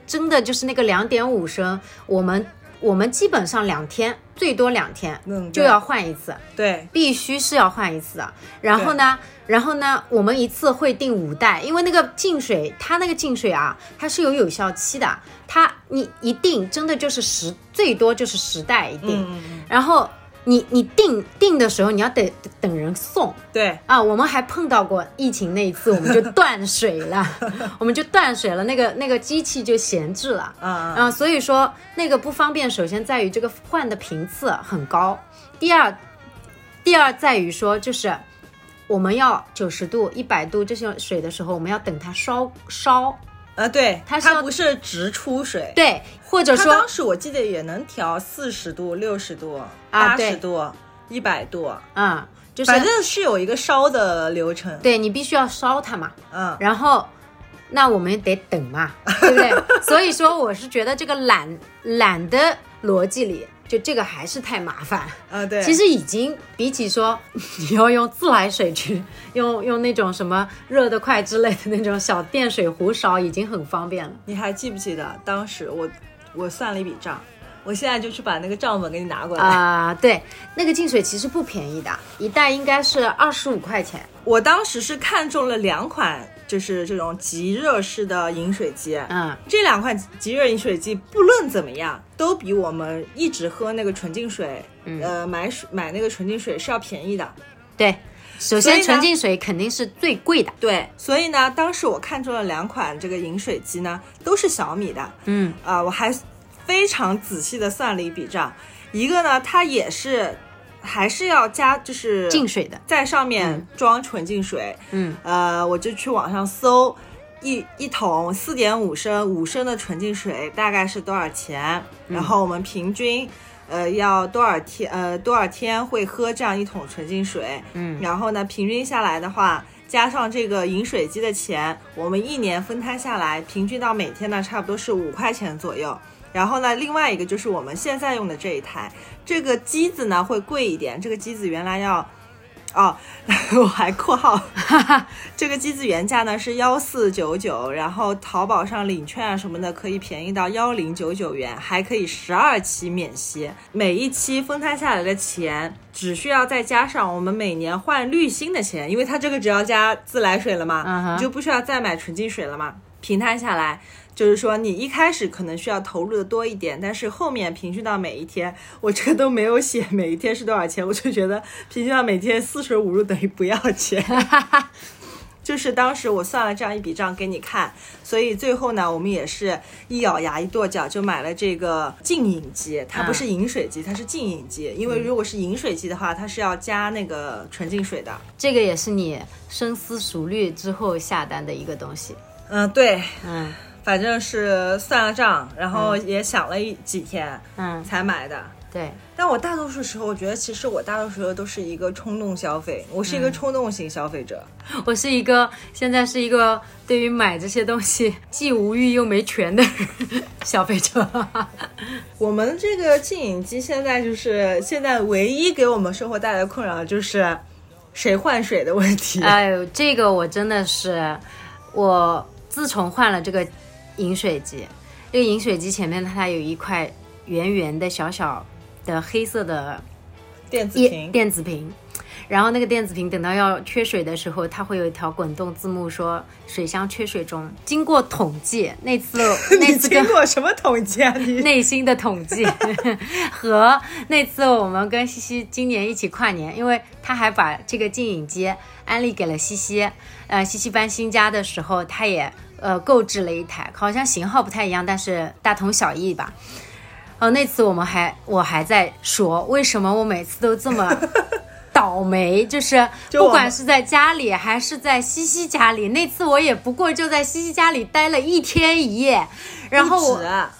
S3: 真的就是那个两点五升，我们我们基本上两天最多两天
S2: 嗯
S3: 就
S2: 对
S3: 要换一次，
S2: 对
S3: 必须是要换一次的。然后呢，然后呢，我们一次会定五袋，因为那个净水，它那个净水啊，它是有有效期的，它你一定真的就是十，最多就是十袋一定。
S2: 嗯
S3: 然后你你定定的时候，你要等等人送。
S2: 对，
S3: 啊，我们还碰到过疫情那一次，我们就断水 了，我们就断水了，那个那个机器就闲置了。
S2: 啊
S3: 啊，所以说那个不方便，首先在于这个换的频次很高，第二，第二在于说就是我们要九十度、一百度这些水的时候，我们要等它烧烧，
S2: 啊对，
S3: 它
S2: 它
S3: 是要
S2: 不是直出水。
S3: 对，或者
S2: 它
S3: 说
S2: 当时我记得也能调四十度、六十度、
S3: 啊
S2: 八
S3: 对
S2: 十度、一百度，
S3: 啊、就是
S2: 反正是有一个烧的流程。
S3: 对你必须要烧它嘛，
S2: 嗯，
S3: 然后那我们也得等 嘛，对不对？所以说我是觉得这个懒懒的逻辑里，就这个还是太麻烦。
S2: 啊，对，
S3: 其实已经比起说你要用自来水去 用用那种什么热得快之类的那种小电水壶烧，已经很方便了。
S2: 你还记不记得当时我我算了一笔账，我现在就去把那个账本给你拿过来。
S3: 啊啊、对，那个净水其实不便宜的，一袋应该是二十五块钱。
S2: 我当时是看中了两款，就是这种即热式的饮水机。
S3: 嗯，
S2: 这两款即热饮水机不论怎么样，都比我们一直喝那个纯净水，
S3: 嗯
S2: 呃，买水买那个纯净水是要便宜的。
S3: 对。首
S2: 所以
S3: 先，
S2: 呢
S3: 纯净水肯定是最贵的。
S2: 对，所以呢，当时我看中了两款这个饮水机呢，都是小米的。
S3: 嗯，
S2: 啊、我还非常仔细的算了一笔账，一个呢，它也是还是要加，就是
S3: 净水的。
S2: 在上面装纯净水。
S3: 嗯，
S2: 呃，我就去网上搜一一桶四点五升五升的纯净水大概是多少钱，然后我们平均。呃，要多少天？呃，多少天会喝这样一桶纯净水？
S3: 嗯，
S2: 然后呢，平均下来的话，加上这个饮水机的钱，我们一年分摊下来，平均到每天呢，差不多是五块钱左右。然后呢，另外一个就是我们现在用的这一台，这个机子呢会贵一点，这个机子原来要，哦， 我还括号，这个机子原价呢是幺四九九，然后淘宝上领券啊什么的可以便宜到幺零九九元，还可以十二期免息，每一期分摊下来的钱只需要再加上我们每年换滤芯的钱，因为它这个只要加自来水了嘛
S3: 嗯哼
S2: 你就不需要再买纯净水了嘛，平摊下来。就是说，你一开始可能需要投入的多一点，但是后面平均到每一天，我这个都没有写每一天是多少钱，我就觉得平均到每天四舍五入等于不要钱。就是当时我算了这样一笔账给你看，所以最后呢，我们也是一咬牙一跺脚就买了这个净饮机，它不是饮水机，它是净饮机，因为如果是饮水机的话，它是要加那个纯净水的。
S3: 这个也是你深思熟虑之后下单的一个东西。
S2: 嗯，对，
S3: 嗯
S2: 反正是算了账，然后也想了一几天
S3: 嗯，
S2: 才买的。
S3: 对，
S2: 但我大多数时候，我觉得其实我大多数时候都是一个冲动消费，我是一个冲动型消费者。
S3: 我是一个现在是一个对于买这些东西既无欲又没权的消费者。
S2: 我们这个净饮机现在就是现在唯一给我们生活带来的困扰就是谁换水的问题。
S3: 哎呦，这个我真的是，我自从换了这个饮水机，这个饮水机前面它有一块圆圆的小小的黑色的
S2: 电子
S3: 电
S2: 屏，
S3: 电子屏，然后那个电子屏等到要缺水的时候，它会有一条滚动字幕说水箱缺水中。经过统计，那次 那
S2: 你
S3: 次跟
S2: 经过什么统计啊？你
S3: 内心的统计 和那次我们跟西西今年一起跨年，因为他还把这个净影机安利给了西西。呃，西西搬新家的时候，他也呃购置了一台，好像型号不太一样，但是大同小异吧。哦，那次我们还我还在说，为什么我每次都这 么倒霉？就是
S2: 就我
S3: 不管是在家里还是在西西家里，那次我也不过就在西西家里待了一天一夜，然后
S2: 不
S3: 我
S2: 止啊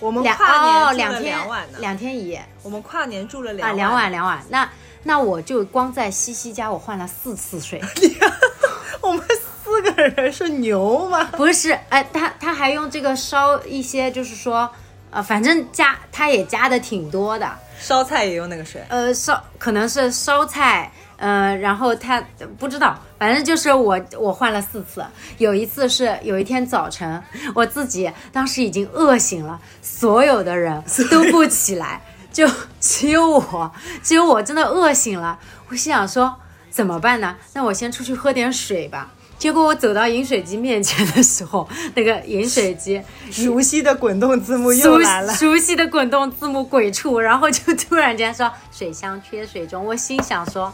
S2: 我们
S3: 两
S2: 跨
S3: 哦，
S2: 年住了
S3: 天
S2: 两晚呢，
S3: 两天一夜
S2: 我们跨年住了
S3: 啊，
S2: 两
S3: 两晚两晚。那那我就光在西西家，我换了四次水，
S2: 我们四个人是牛吗？
S3: 不是，哎、他他还用这个烧一些，就是说，呃，反正加他也加的挺多的，
S2: 烧菜也用那个水，
S3: 呃，烧可能是烧菜，呃，然后他不知道，反正就是我我换了四次，有一次是有一天早晨，我自己当时已经饿醒了，所有的人都不起来，就只有我，只有我真的饿醒了，我心想说怎么办呢？那我先出去喝点水吧。结果我走到饮水机面前的时候，那个饮水机
S2: 熟悉的滚动字幕又
S3: 熟
S2: 来了。
S3: 熟悉的滚动字幕鬼畜，然后就突然间说水箱缺水中，我心想说，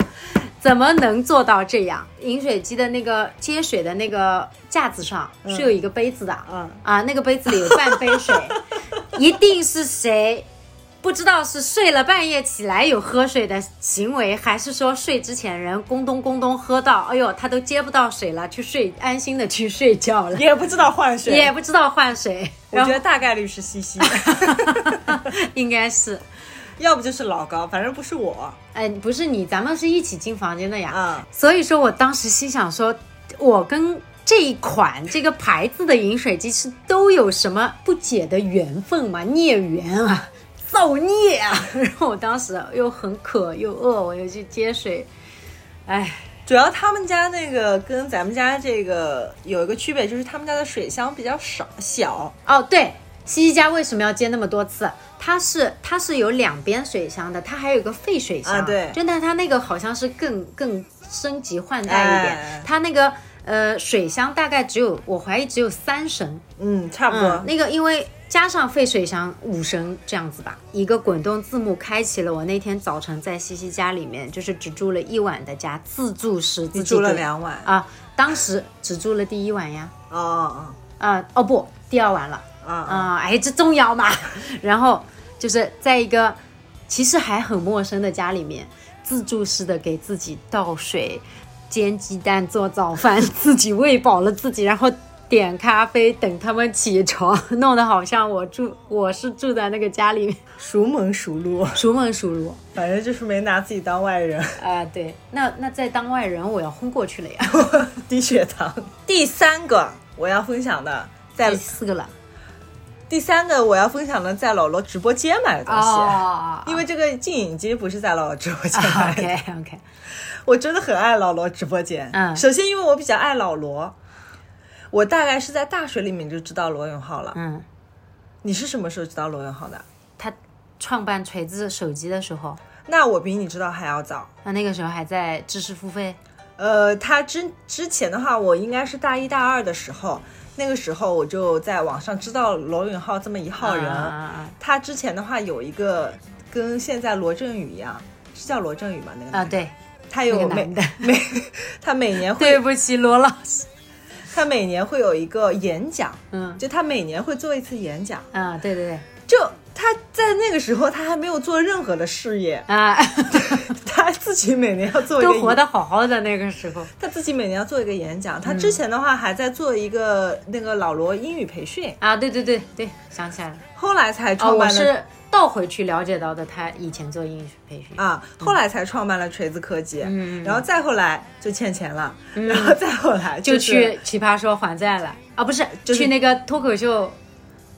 S3: 怎么能做到这样？饮水机的那个接水的那个架子上是有一个杯子的，
S2: 嗯
S3: 啊，那个杯子里有半杯水，一定是谁。不知道是睡了半夜起来有喝水的行为，还是说睡之前人咕咚咕咚喝到，哎呦，他都接不到水了，去睡安心的去睡觉了，
S2: 也不知道换水，
S3: 也不知道换水。
S2: 我
S3: 然
S2: 觉
S3: 后
S2: 得大概率是西 西，
S3: 应该是，
S2: 要不就是老高，反正不是我。
S3: 哎，不是你，咱们是一起进房间的呀。
S2: 啊
S3: 所以说我当时心想说，我跟这一款这个牌子的饮水机是都有什么不解的缘分吗？孽缘啊，造孽啊！ 然后我当时又很渴又饿，我又去接水，哎，
S2: 主要他们家那个跟咱们家这个有一个区别，就是他们家的水箱比较少小，
S3: 哦对，西西家为什么要接那么多次？它是它是有两边水箱的，它还有一个废水箱，
S2: 啊对
S3: 就但它那个好像是更更升级换代一点，
S2: 哎
S3: 它那个呃水箱大概只有我怀疑只有三升，
S2: 嗯，差不多。
S3: 嗯，那个因为加上废水箱五升这样子吧，一个滚动字幕开启了我那天早晨在西西家里面就是只住了一晚的家，自助式自
S2: 你
S3: 己
S2: 住了
S3: 住
S2: 两晚。
S3: 啊，当时只住了第一晚呀，
S2: 哦哦
S3: 啊哦不，第二晚了。
S2: 哦哦
S3: 啊、哎，这重要嘛？然后就是在一个其实还很陌生的家里面，自助式的给自己倒水、煎鸡蛋、做早饭，自己喂饱了自己，然后点咖啡等他们起床，弄得好像我住我是住在那个家里面，
S2: 熟门熟路，
S3: 熟门熟路
S2: 反正就是没拿自己当外人。
S3: 啊、对，那那在当外人，我要轰过去了呀，
S2: 低血糖。第三个我要分享的，在
S3: 第四个了，
S2: 第三个我要分享的，在姥姥直播间买的东西。
S3: 哦
S2: 因为这个进影机不是在姥姥直播间买 的，
S3: OK OK，
S2: 我真的很爱老罗直播间。
S3: 嗯
S2: 首先因为我比较爱老罗，我大概是在大学里面就知道罗永浩了。
S3: 嗯，
S2: 你是什么时候知道罗永浩的？
S3: 他创办锤子手机的时候。
S2: 那我比你知道还要早。
S3: 他那个时候还在知识付费，
S2: 呃，他之之前的话，我应该是大一大二的时候，那个时候我就在网上知道罗永浩这么一号人。
S3: 啊啊
S2: 他之前的话有一个跟现在罗振宇一样，是叫罗振宇吗？那个
S3: 啊
S2: 男的，
S3: 对，
S2: 他有
S3: 那个
S2: 每
S3: 男的
S2: 每他每年会
S3: 对不起罗老师，
S2: 他每年会有一个演讲，
S3: 嗯
S2: 就他每年会做一次演讲。
S3: 啊，对对对
S2: 就他在那个时候，他还没有做任何的事业，
S3: 啊，
S2: 他自己每年要做一个
S3: 都活
S2: 演
S3: 得好好的那个时候
S2: 他自己每年要做一个演讲。
S3: 嗯
S2: 他之前的话还在做一个那个老罗英语培训，
S3: 啊，对对对对，想起来了，
S2: 后来才
S3: 哦，
S2: 创
S3: 我
S2: 办了。
S3: 是倒回去了解到的，他以前做英语培训，
S2: 啊，后来才创办了锤子科技，
S3: 嗯
S2: 然后再后来就欠钱了，然后再后来
S3: 就是去奇葩说还债了啊，不是
S2: 就是
S3: 去那个脱口秀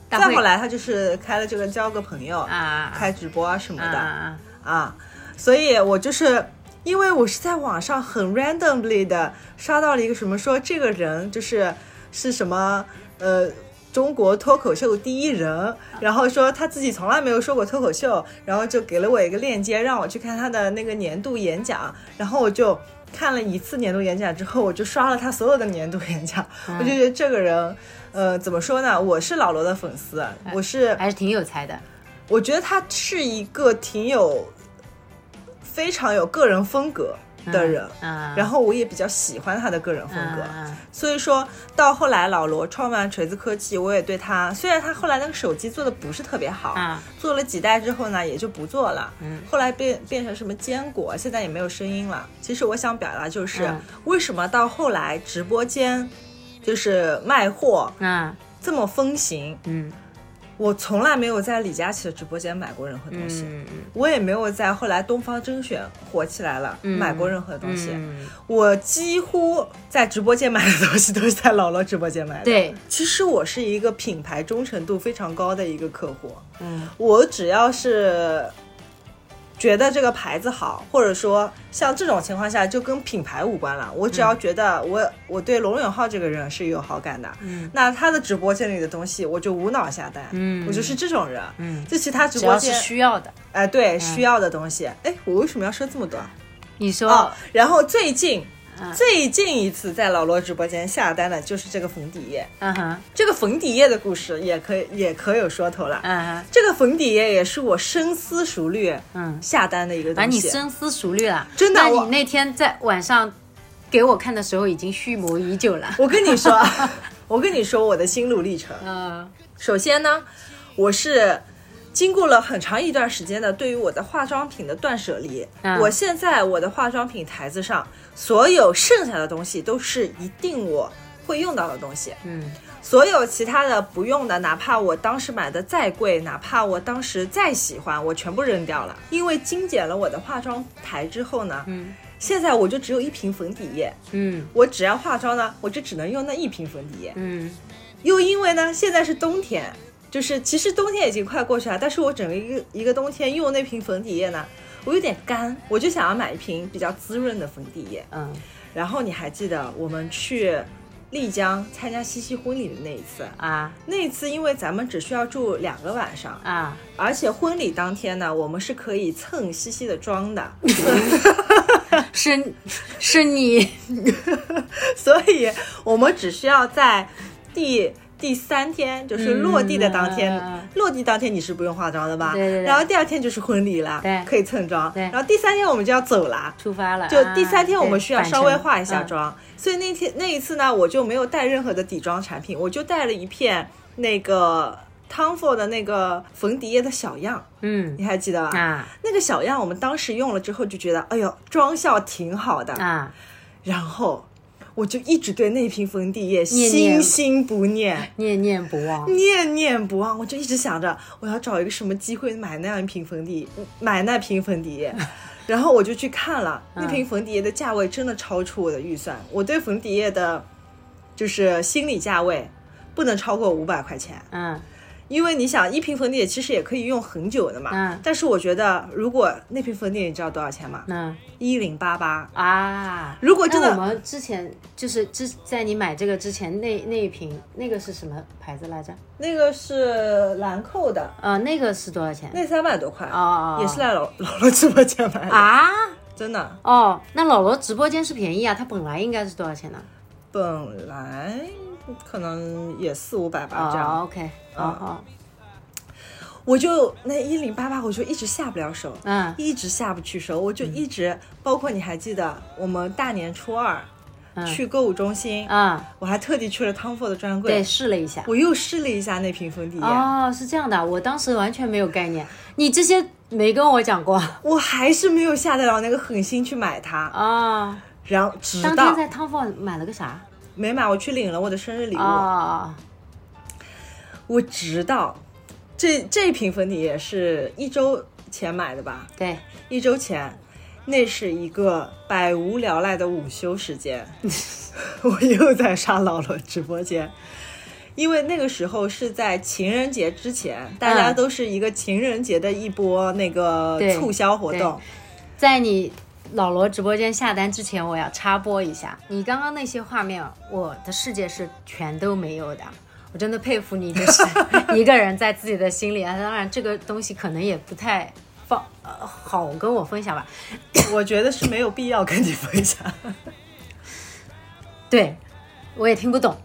S3: 大
S2: 再
S3: 会
S2: 后来他就是开了这个交个朋友，
S3: 啊啊
S2: 开直播啊什么
S3: 啊
S2: 的
S3: 啊
S2: 啊，所以我就是因为我是在网上很 randomly 的刷到了一个什么说这个人就是是什么呃。中国脱口秀第一人，然后说他自己从来没有说过脱口秀，然后就给了我一个链接，让我去看他的那个年度演讲，然后我就看了一次年度演讲之后，我就刷了他所有的年度演讲，我就觉得这个人，呃，怎么说呢？我是老罗的粉丝，我是
S3: 啊还是挺有才的，
S2: 我觉得他是一个挺有非常有个人风格的人，
S3: 啊，
S2: 然后我也比较喜欢他的个人风格，
S3: 啊啊
S2: 所以说到后来老罗创办锤子科技，我也对他，虽然他后来那个手机做的不是特别好，
S3: 啊
S2: 做了几代之后呢，也就不做了，
S3: 嗯
S2: 后来变变成什么坚果，现在也没有声音了。其实我想表达就是，
S3: 嗯
S2: 为什么到后来直播间就是卖货
S3: 啊
S2: 这么风行，
S3: 嗯
S2: 我从来没有在李佳琦的直播间买过任何东西，
S3: 嗯嗯
S2: 我也没有在后来东方甄选火起来了、买过任何东西。
S3: 嗯，
S2: 我几乎在直播间买的东西都是在姥姥直播间买的。，
S3: 对，
S2: 其实我是一个品牌忠诚度非常高的一个客户，
S3: 嗯
S2: 我只要是觉得这个牌子好，或者说像这种情况下就跟品牌无关了，我只要
S3: 嗯
S2: 觉得我、我对罗永浩这个人是有好感的，
S3: 嗯，
S2: 那他的直播间里的东西我就无脑下单，
S3: 嗯
S2: 我就是这种人，
S3: 嗯，
S2: 就其他直
S3: 只
S2: 播
S3: 要是
S2: 间，
S3: 需要的，
S2: 哎、
S3: 嗯
S2: 对，需要的东西，哎，我为什么要说这么多？啊
S3: 你说
S2: 哦，然后最近。
S3: 嗯
S2: 最近一次在老罗直播间下单的就是这个粉底液，
S3: 嗯哼
S2: 这个粉底液的故事也可以也可有说头了。
S3: 嗯哼。
S2: 这个粉底液也是我深思熟虑
S3: 嗯
S2: 下单的一个
S3: 把
S2: 东
S3: 你
S2: 西。
S3: 深思熟虑了，
S2: 真的
S3: 那
S2: 我
S3: 你那天在晚上给我看的时候，已经蓄谋已久 了。
S2: 我跟你说，啊 我跟你说我的心路历程。呃
S3: 嗯
S2: 首先呢，我是经过了很长一段时间的对于我的化妆品的断舍离。
S3: 嗯
S2: 我现在我的化妆品台子上所有剩下的东西都是一定我会用到的东西。
S3: 嗯
S2: 所有其他的不用的，哪怕我当时买的再贵，哪怕我当时再喜欢，我全部扔掉了。因为精简了我的化妆台之后呢，
S3: 嗯
S2: 现在我就只有一瓶粉底液，
S3: 嗯
S2: 我只要化妆呢，我就只能用那一瓶粉底液。
S3: 嗯
S2: 又因为呢，现在是冬天，就是其实冬天已经快过去了，但是我整个一个一个冬天用那瓶粉底液呢，我有点干，我就想要买一瓶比较滋润的粉底液。
S3: 嗯
S2: 然后你还记得我们去丽江参加西西婚礼的那一次。
S3: 啊
S2: 那一次因为咱们只需要住两个晚上，
S3: 啊，
S2: 而且婚礼当天呢，我们是可以蹭西西的妆的，
S3: 是是 你
S2: 所以我们只需要在第第三天，就是落地的当天，
S3: 嗯
S2: 落地当天你是不用化妆的吧？
S3: 对对对
S2: 然后第二天就是婚礼了，
S3: 对
S2: 可以蹭妆。
S3: 对
S2: 然后第三天我们就要走了。
S3: 出发了，
S2: 就
S3: 啊
S2: 第三天我们需要稍微化一下，
S3: 对返程嗯
S2: 妆，所以那天那一次呢，我就没有带任何的底妆产品，我就带了一片那个 Tom Ford 的那个粉底液的小样，
S3: 嗯
S2: 你还记得吧？
S3: 啊
S2: 那个小样我们当时用了之后就觉得，哎呦，妆效挺好的。
S3: 啊，
S2: 然后我就一直对那瓶粉底液
S3: 念念
S2: 心心不念。
S3: 念念不忘，
S2: 念念不忘，我就一直想着我要找一个什么机会买那样一瓶粉底，买那瓶粉底 液。然后我就去看了，那瓶粉底液的价位真的超出我的预算。我对粉底液的，就是心理价位不能超过五百块钱，
S3: 嗯
S2: 因为你想一瓶粉底液其实也可以用很久的嘛。
S3: 嗯
S2: 但是我觉得如果那瓶粉底液你知道多少钱吗？
S3: 那
S2: 一零八八。
S3: 嗯啊。
S2: 如果真
S3: 那
S2: 的
S3: 我们之前就是之在你买这个之前那那一瓶那个是什么牌子来着？
S2: 那个是兰蔻的，
S3: 呃，那个是多少钱？
S2: 那三百多块，
S3: 哦，
S2: 也是在老老罗直播间买的，
S3: 啊
S2: 真的。
S3: 哦，那老罗直播间是便宜啊，它本来应该是多少钱呢？
S2: 本来可能也四五百吧，这样。
S3: 哦，OK，好好，
S2: 我就那一零八八，我就一直下不了手，
S3: 嗯
S2: 一直下不去手，我就一直，包括你还记得我们大年初二、
S3: 嗯
S2: 去购物中心，
S3: 啊，
S2: 我还特地去了 Tom Ford 的专
S3: 对，
S2: 柜，
S3: 试了一下。
S2: 我又试了一下那瓶粉底液，
S3: 哦，是这样的，我当时完全没有概念，你这些没跟我讲过啊、
S2: 我还是没有下得了那个狠心去买它，
S3: 啊
S2: 然后直
S3: 哦当
S2: 到
S3: 天在 Tom Ford 买了个啥？
S2: 没买，我去领了我的生日礼物。
S3: 哦，
S2: 我直到这这瓶粉底液是一周前买的吧？
S3: 对，
S2: 一周前，那是一个百无聊赖的午休时 间，我又在刷老罗直播间。因为那个时候是在情人节之前，大家
S3: 嗯
S2: 都是一个情人节的一波那个
S3: 对
S2: 促销活
S3: 对
S2: 动，
S3: 在你老罗直播间下单之前，我要插播一下，你刚刚那些画面，我的世界是全都没有的。我真的佩服你，就是一个人在自己的心里啊。当然，这个东西可能也不太放呃好跟我分享吧。
S2: 我觉得是没有必要跟你分享。
S3: 对，我也听不懂。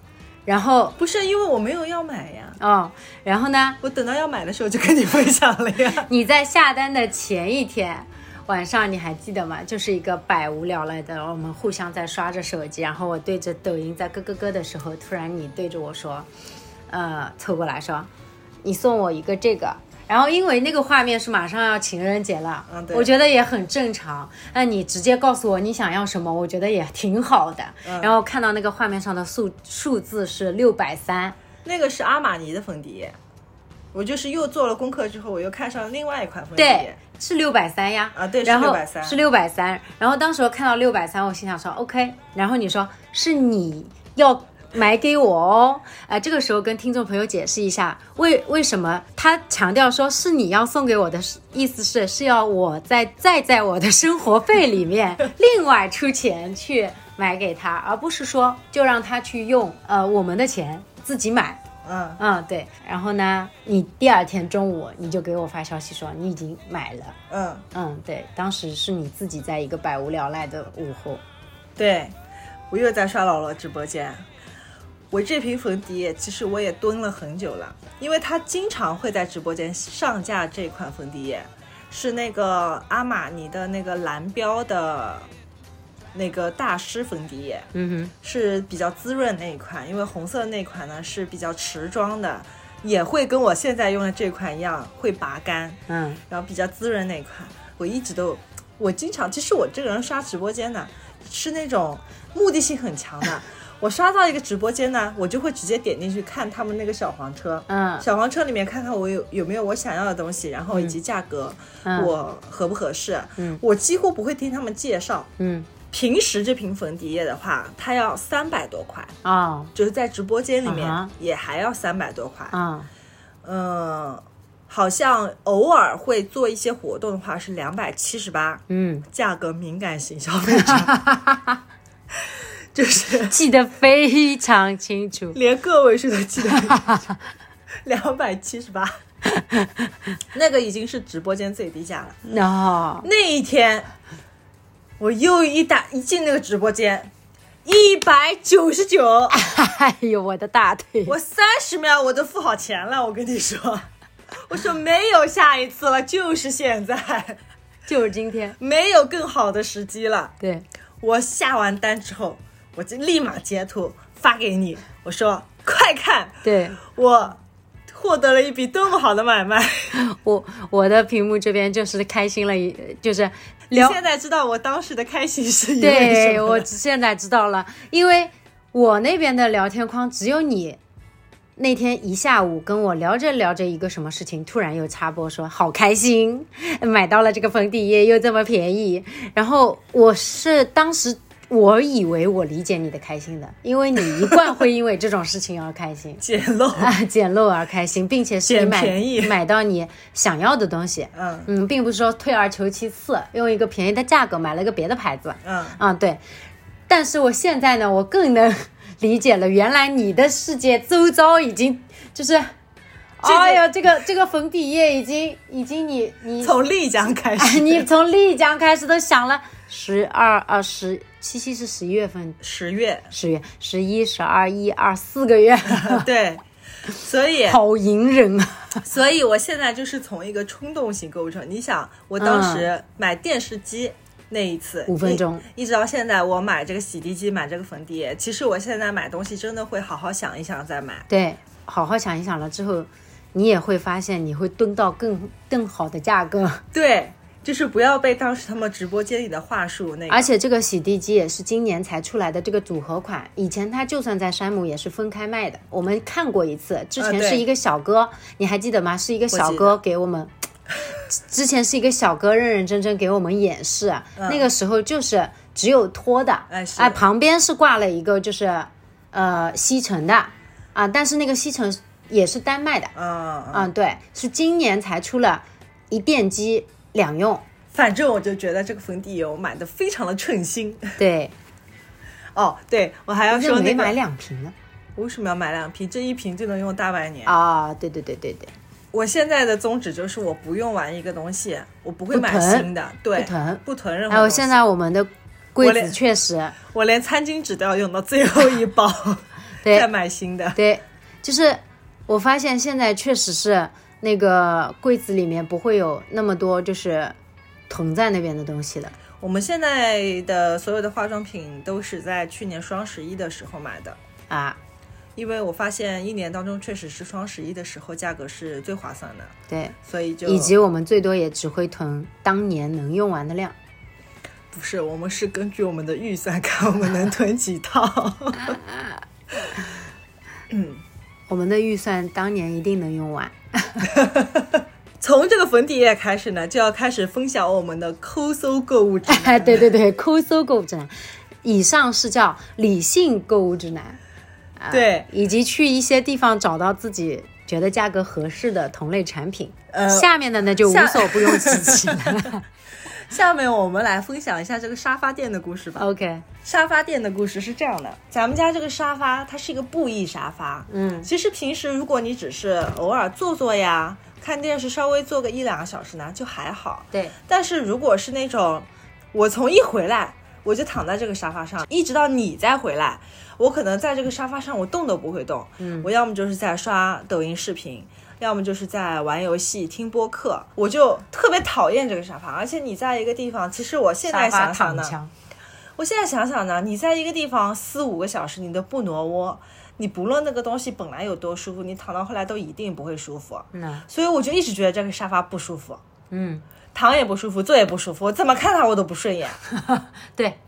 S3: 然后
S2: 不是因为我没有要买呀，
S3: 哦，然后呢，
S2: 我等到要买的时候就跟你分享了呀。
S3: 你在下单的前一天晚上，你还记得吗？就是一个百无聊赖的，我们互相在刷着手机，然后我对着抖音在咯咯咯的时候，突然你对着我说，呃，凑过来说，你送我一个这个。然后因为那个画面是马上要情人节了，
S2: 嗯对
S3: 我觉得也很正常。那你直接告诉我你想要什么，我觉得也挺好的。然后看到那个画面上的数数字是六百三，
S2: 那个是阿玛尼的粉底液，我就是又做了功课之后，我又看上了另外一款粉底
S3: 对
S2: 液。，
S3: 是六百三呀。
S2: 啊对是
S3: 然后
S2: 630
S3: 是六百三。然后当时我看到六百三，我心想说 OK。然后你说是你要买给我哦，呃，这个时候跟听众朋友解释一下，为为什么他强调说是你要送给我的，是意思是是要我在再在我的生活费里面另外出钱去买给他，而不是说就让他去用呃我们的钱自己买。
S2: 嗯，
S3: 嗯，对。然后呢，你第二天中午你就给我发消息说你已经买了。
S2: 嗯，
S3: 嗯，对，当时是你自己在一个百无聊赖的午后。
S2: 对，我又在刷老罗直播间。我这瓶粉底液其实我也蹲了很久了，因为他经常会在直播间上架这款粉底液，是那个阿玛尼的那个蓝标的那个大师粉底液。
S3: 嗯
S2: 是比较滋润那一款，因为红色那一款呢是比较持妆的，也会跟我现在用的这款一样会拔干，
S3: 哼，嗯
S2: 然后比较滋润那一款，我一直都，我经常，其实我这个人刷直播间呢是那种目的性很强的，我刷到一个直播间呢，我就会直接点进去看他们那个小黄车，
S3: 嗯
S2: 小黄车里面看看我有有没有我想要的东西，然后以及价格，
S3: 嗯
S2: 我合不合适，
S3: 嗯
S2: 我几乎不会听他们介绍。
S3: 嗯，
S2: 平时这瓶粉底液的话，它要三百多块，
S3: 哦
S2: 就是在直播间里
S3: 啊哈
S2: 面也还要三百多块。
S3: 啊
S2: 嗯，好像偶尔会做一些活动的话是两百七十八，
S3: 嗯
S2: 价格敏感型消费者。就是
S3: 记得非常清楚。
S2: 连个位数都记得 两百七十 八，那个已经是直播间最低价了。
S3: 那
S2: 那一天，我又一打一进那个直播间，一百九十九，
S3: 哎呦，我的大腿！
S2: 我三十秒我都付好钱了。我跟你说，我说没有下一次了，就是现在，
S3: 就是今天，
S2: 没有更好的时机了。
S3: 对，
S2: 我下完单之后，我就立马截图发给你，我说快看，
S3: 对
S2: 我获得了一笔多么好的买卖！
S3: 我我的屏幕这边就是开心了一，就是
S2: 你
S3: 聊
S2: 现在知道我当时的开心是 因为什
S3: 对
S2: 么
S3: 我
S2: 了
S3: 只现在知道了，因为我那边的聊天框只有你。那天一下午跟我聊着聊着一个什么事情，突然又插播说好开心，哎买到了这个粉底液又这么便宜。然后我是当时我以为我理解你的开心的，因为你一贯会因为这种事情而 开心
S2: 简陋，
S3: 啊，捡漏而开心，并且是你
S2: 捡
S3: 买
S2: 便宜
S3: 买到你想要的东西。
S2: 嗯
S3: 嗯，并不是说退而求其次，用一个便宜的价格买了个别的牌子。
S2: 嗯，
S3: 啊，对。但是我现在呢，我更能 理解了，原来你的世界周遭已经就是，
S2: 个
S3: 哎呀，这个这个粉底液已经已经你你
S2: 从丽江开始，
S3: 啊你从丽江开始都想了十二啊十七夕是十一月份，
S2: 十月，
S3: 十月十一十二一二四个 月，
S2: 对，所以
S3: 好隐忍啊！
S2: 所以我现在就是从一个冲动型购物车。你想，我当时买电视机那一次，
S3: 嗯五分钟
S2: 一，一直到现在，我买这个洗涤剂，买这个粉底液。其实我现在买东西真的会好好想一想再买。
S3: 对，好好想一想了之后，你也会发现你会蹲到更更好的价格，
S2: 对，就是不要被当时他们直播间里的话术那个。
S3: 而且这个洗地机也是今年才出来的这个组合款，以前它就算在山姆也是分开卖的，我们看过一次，之前
S2: 啊对
S3: 是一个小哥，你还记得吗？是一个小
S2: 记
S3: 哥给我们。之前是一个小哥认认真真给我们演示，啊那个时候就是只有拖的，
S2: 嗯哎
S3: 哎
S2: 是
S3: 旁边是挂了一个就是呃吸尘的啊，但是那个吸尘也是单卖的，
S2: 嗯，嗯，
S3: 嗯，对，是今年才出了一电机 两用，
S2: 反正我就觉得这个粉底油买的非常的称心。
S3: 对，
S2: 哦，对我还要
S3: 就
S2: 说
S3: 没
S2: 那
S3: 买
S2: 个，
S3: 两瓶呢。
S2: 我为什么要买两瓶？这一瓶就能用大半年。
S3: 啊，对对对对对，
S2: 我现在的宗旨就是，我不用完一个东西，我不会买
S3: 不囤
S2: 新的，对，
S3: 不囤
S2: 不囤任何
S3: 还
S2: 东西。
S3: 有现在我们的柜
S2: 我连
S3: 子确实
S2: 我连餐巾纸都要用到最后一包，
S3: 对
S2: 再买新的。
S3: 对，就是我发现现在确实是那个柜子里面不会有那么多就是囤在那边的东西的。
S2: 我们现在的所有的化妆品都是在去年双十一的时候买的，
S3: 啊，
S2: 因为我发现一年当中确实是双十一的时候价格是最划算的，
S3: 对，
S2: 所以就
S3: 以及我们最多也只会囤当年能用完的量。
S2: 不是我们是根据我们的预算看我们能囤几 套。
S3: 我们的预算当年一定能用完。
S2: 从这个粉底液开始呢，就要开始分享我们的抠搜购 物指南。
S3: 哎，对对对，抠搜购物指南，以上是叫理性购物指南。啊
S2: 对
S3: 以及去一些地方找到自己觉得价格合适的同类产品。
S2: 呃
S3: 下面的呢就无
S2: 下
S3: 所不用其极 了。
S2: 下面我们来分享一下这个沙发店的故事吧。
S3: OK，
S2: 沙发店的故事是这样的：咱们家这个沙发，它是一个布艺沙发。
S3: 嗯，
S2: 其实平时如果你只是偶尔坐坐呀，看电视稍微坐个一两个小时呢，就还好。
S3: 对，
S2: 但是如果是那种，我从一回来我就躺在这个沙发上，一直到你再回来，我可能在这个沙发上我动都不会动。嗯，我要么就是在刷抖音视频，要么就是在玩游戏、听播客，我就特别讨厌这个沙发。而且你在一个地方，其实我现在想想呢，
S3: 枪。
S2: 我现在想想呢，你在一个地方四五个小时，你都不挪窝，你不论那个东西本来有多舒服，你躺到后来都一定不会舒服。
S3: 那
S2: 所以我就一直觉得这个沙发不舒服，
S3: 嗯，
S2: 躺也不舒服，坐也不舒服，我怎么看它我都不顺眼，
S3: 对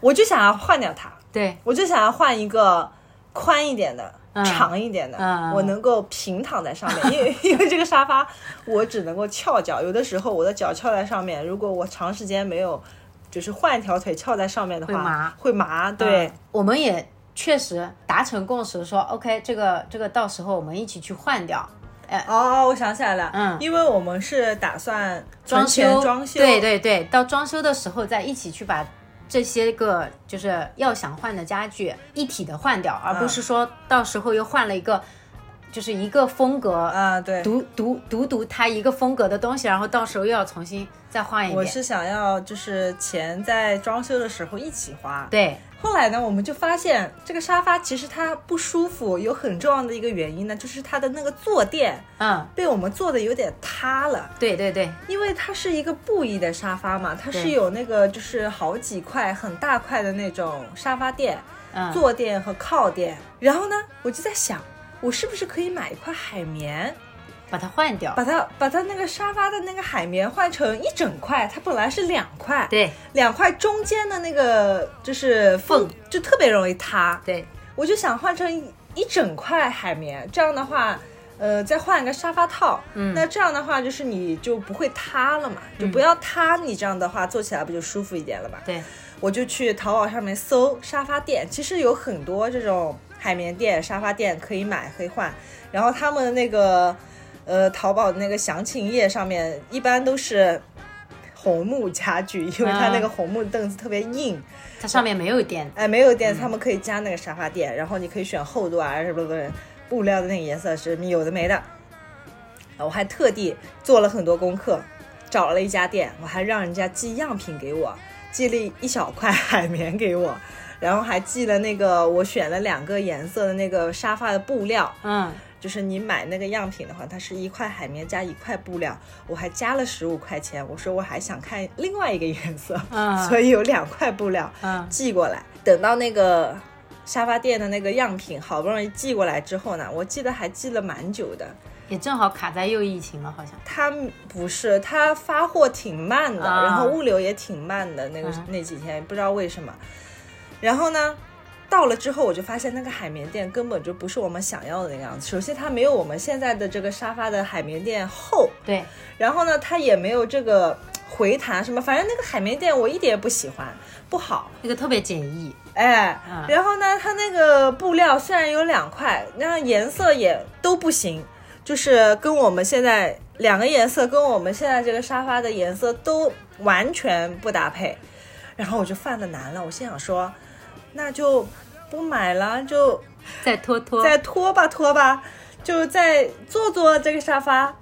S2: 我就想要换掉它，
S3: 对，
S2: 我就想要换一个宽一点的。长一点的，
S3: 嗯嗯
S2: 我能够平躺在上面，因 为因为这个沙发我只能够翘脚，有的时候我的脚翘在上面，如果我长时间没有就是换一条腿翘在上面的话，
S3: 会麻
S2: 会麻对，
S3: 嗯我们也确实达成共识说，OK，这个这个到时候我们一起去换掉。哎，
S2: 哦，我想起来了，
S3: 嗯
S2: 因为我们是打算存
S3: 装
S2: 钱
S3: 修
S2: 装修，
S3: 对，对对，到装修的时候再一起去把这些个就是要想换的家具一体的换掉，
S2: 嗯
S3: 而不是说到时候又换了一个。就是一个风格，
S2: 啊，对，
S3: 独独独独它一个风格的东西，然后到时候又要重新再换一
S2: 我
S3: 遍。
S2: 是想要就是钱在装修的时候一起花。
S3: 对，
S2: 后来呢，我们就发现这个沙发其实它不舒服，有很重要的一个原因呢，就是它的那个坐垫
S3: 嗯，
S2: 被我们坐的有点塌了。
S3: 对对对，
S2: 因为它是一个布艺的沙发嘛，它是
S3: 对
S2: 有那个就是好几块很大块的那种沙发垫、
S3: 嗯，
S2: 坐垫和靠垫。然后呢，我就在想，我是不是可以买一块海绵，
S3: 把它换掉。
S2: 把它把它那个沙发的那个海绵换成一整块，它本来是两块，
S3: 对
S2: 两块中间的那个就是缝，就特别容易塌。
S3: 对，
S2: 我就想换成一一整块海绵，这样的话，呃，再换一个沙发套，
S3: 嗯
S2: 那这样的话就是你就不会塌了嘛，就不要塌，你这样的话坐起来不就舒服一点了嘛？
S3: 对，
S2: 我就去淘宝上面搜沙发垫，其实有很多这种海绵垫、沙发垫可以买可以换，然后他们的那个呃淘宝的那个详情页上面一般都是。红木家具，因为它
S3: 嗯
S2: 那个红木凳子特别硬，
S3: 它上面没有点。
S2: 哎，没有垫，他们可以加那个沙发垫，然后你可以选厚度啊，什么的，布料的那个颜色是有的没的。啊我还特地做了很多功课，找了一家店，我还让人家寄样品给我，寄了一小块海绵给我，然后还寄了那个我选了两个颜色的那个沙发的布料，
S3: 嗯，
S2: 就是你买那个样品的话，它是一块海绵加一块布料，我还加了十五块钱，我说我还想看另外一个颜色，
S3: 啊
S2: 所以有两块布料，
S3: 啊
S2: 寄过来。等到那个沙发店的那个样品好不容易寄过来之后呢，我记得还寄了蛮久的。
S3: 也正好卡在又疫情了，好像。
S2: 它不是，它发货挺慢的，
S3: 啊
S2: 然后物流也挺慢的，那个、
S3: 嗯
S2: 那几天不知道为什么。然后呢，到了之后我就发现那个海绵垫根本就不是我们想要的那个样子。首先，它没有我们现在的这个沙发的海绵垫厚，
S3: 对，
S2: 然后呢，它也没有这个回弹什么，反正那个海绵垫我一点也不喜欢，不好。
S3: 那个特别简易。
S2: 哎
S3: 嗯，
S2: 然后呢，它那个布料虽然有两块，那颜色也都不行，就是跟我们现在两个颜色跟我们现在这个沙发的颜色都完全不搭配。然后我就犯了难了，我心想说，那就不买了，就
S3: 再拖拖，
S2: 再拖吧拖吧，就再坐坐这个沙发。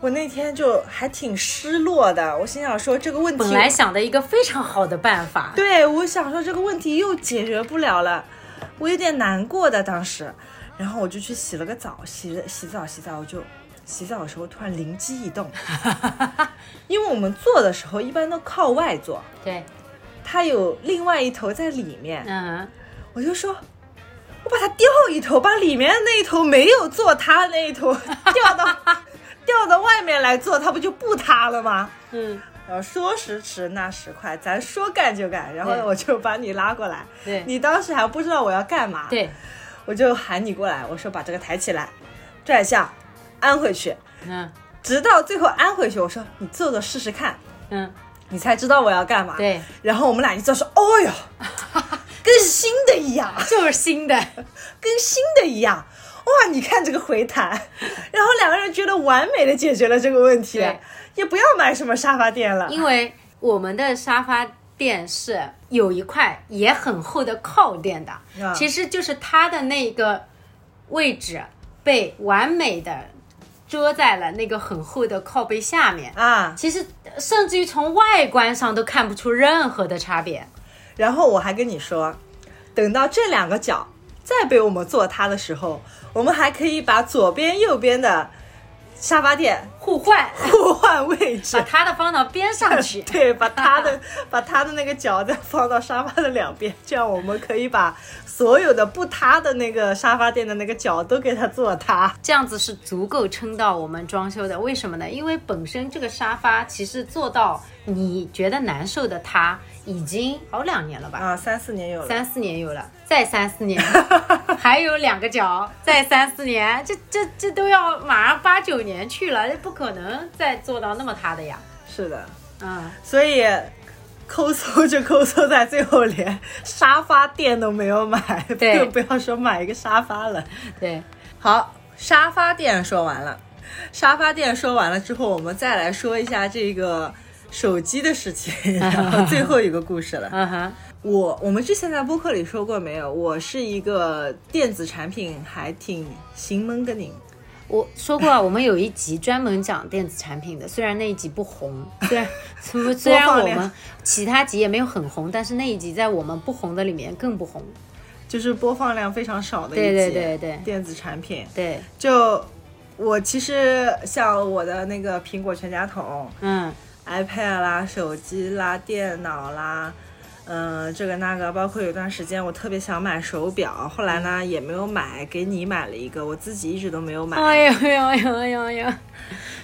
S2: 我那天就还挺失落的，我心想说这个问题
S3: 本来想的一个非常好的办法。
S2: 对，我想说这个问题又解决不了了，我有点难过的当时。然后我就去洗了个澡，洗了洗澡洗澡，我就洗澡的时候突然灵机一动，因为我们坐的时候一般都靠外坐，
S3: 对，
S2: 它有另外一头在里面，
S3: 嗯，
S2: 我就说。我把它调一头，把里面那一头没有坐塌的那一头 调到调到外面来坐，它不就不塌了吗？
S3: 嗯，
S2: 然后说时迟，那时快，咱说干就干。然后
S3: 对
S2: 我就把你拉过来，
S3: 对
S2: 你当时还不知道我要干嘛，，
S3: 对，
S2: 我就喊你过来，我说把这个抬起来，拽一下，安回去，
S3: 嗯
S2: 直到最后安回去。我说你坐坐试试看，
S3: 嗯，
S2: 你才知道我要干嘛。，
S3: 对，
S2: 然后我们俩一坐说，哦 哟，跟新的一样，
S3: 就是新 的。
S2: 跟新的一样。哇，你看这个回弹， 然后两个人觉得完美的解决了这个问题
S3: 对，
S2: 也不要买什么沙发垫了。
S3: 因为我们的沙发垫是有一块也很厚的靠垫的，
S2: 啊
S3: 其实就是它的那个位置被完美的遮在了那个很厚的靠背下面。
S2: 啊，
S3: 其实，甚至于从外观上都看不出任何的差别。
S2: 然后我还跟你说，等到这两个脚再被我们坐塌的时候，我们还可以把左边、右边的沙发垫
S3: 互换，
S2: 互换位
S3: 把
S2: 置。。
S3: 它的放到边上去
S2: 对，把他的把他的那个脚再放到沙发的两边，这样我们可以把所有的不塌的那个沙发垫的那个脚都给它坐塌。
S3: 这样子是足够撑到我们装修的。为什么呢？因为本身这个沙发其实做到你觉得难受的它，已经好两年了吧？
S2: 啊，三四年有了，
S3: 三四年有了，再三四 年，还有两个脚，再三四年，这这这都要马上八九年去了，这不可能再做到那么塌的呀。
S2: 是的，
S3: 嗯，
S2: 所以抠搜就抠搜在最后连沙发垫都没有买，
S3: 对
S2: 更不要说买一个沙发了。
S3: 对，
S2: 好，沙发垫说完了，沙发垫说完了之后，我们再来说一下这个手机的事情， 然后最后一个故事了。
S3: 嗯哼，
S2: 我我们之前在播客里说过没有？我是一个电子产品还挺行门个拧，
S3: 我说过啊，我们有一集专门讲电子产品的，虽然那一集不 红，虽然虽虽然
S2: 播放
S3: 我
S2: 量
S3: 们其他集也没有很红，但是那一集在我们不红的里面更不红。
S2: 就是播放量非常少的一集
S3: 对对对对
S2: 电子产品。
S3: 对，
S2: 就我其实像我的那个苹果全家桶
S3: 嗯，
S2: ，iPad 啦、手机啦、电脑啦。嗯，这个那个，包括有段时间我特别想买手表，后来呢
S3: 嗯
S2: 也没有买，给你买了一个，我自己一直都没有买。
S3: 哎呦哎呦哎呦哎呦哎呦，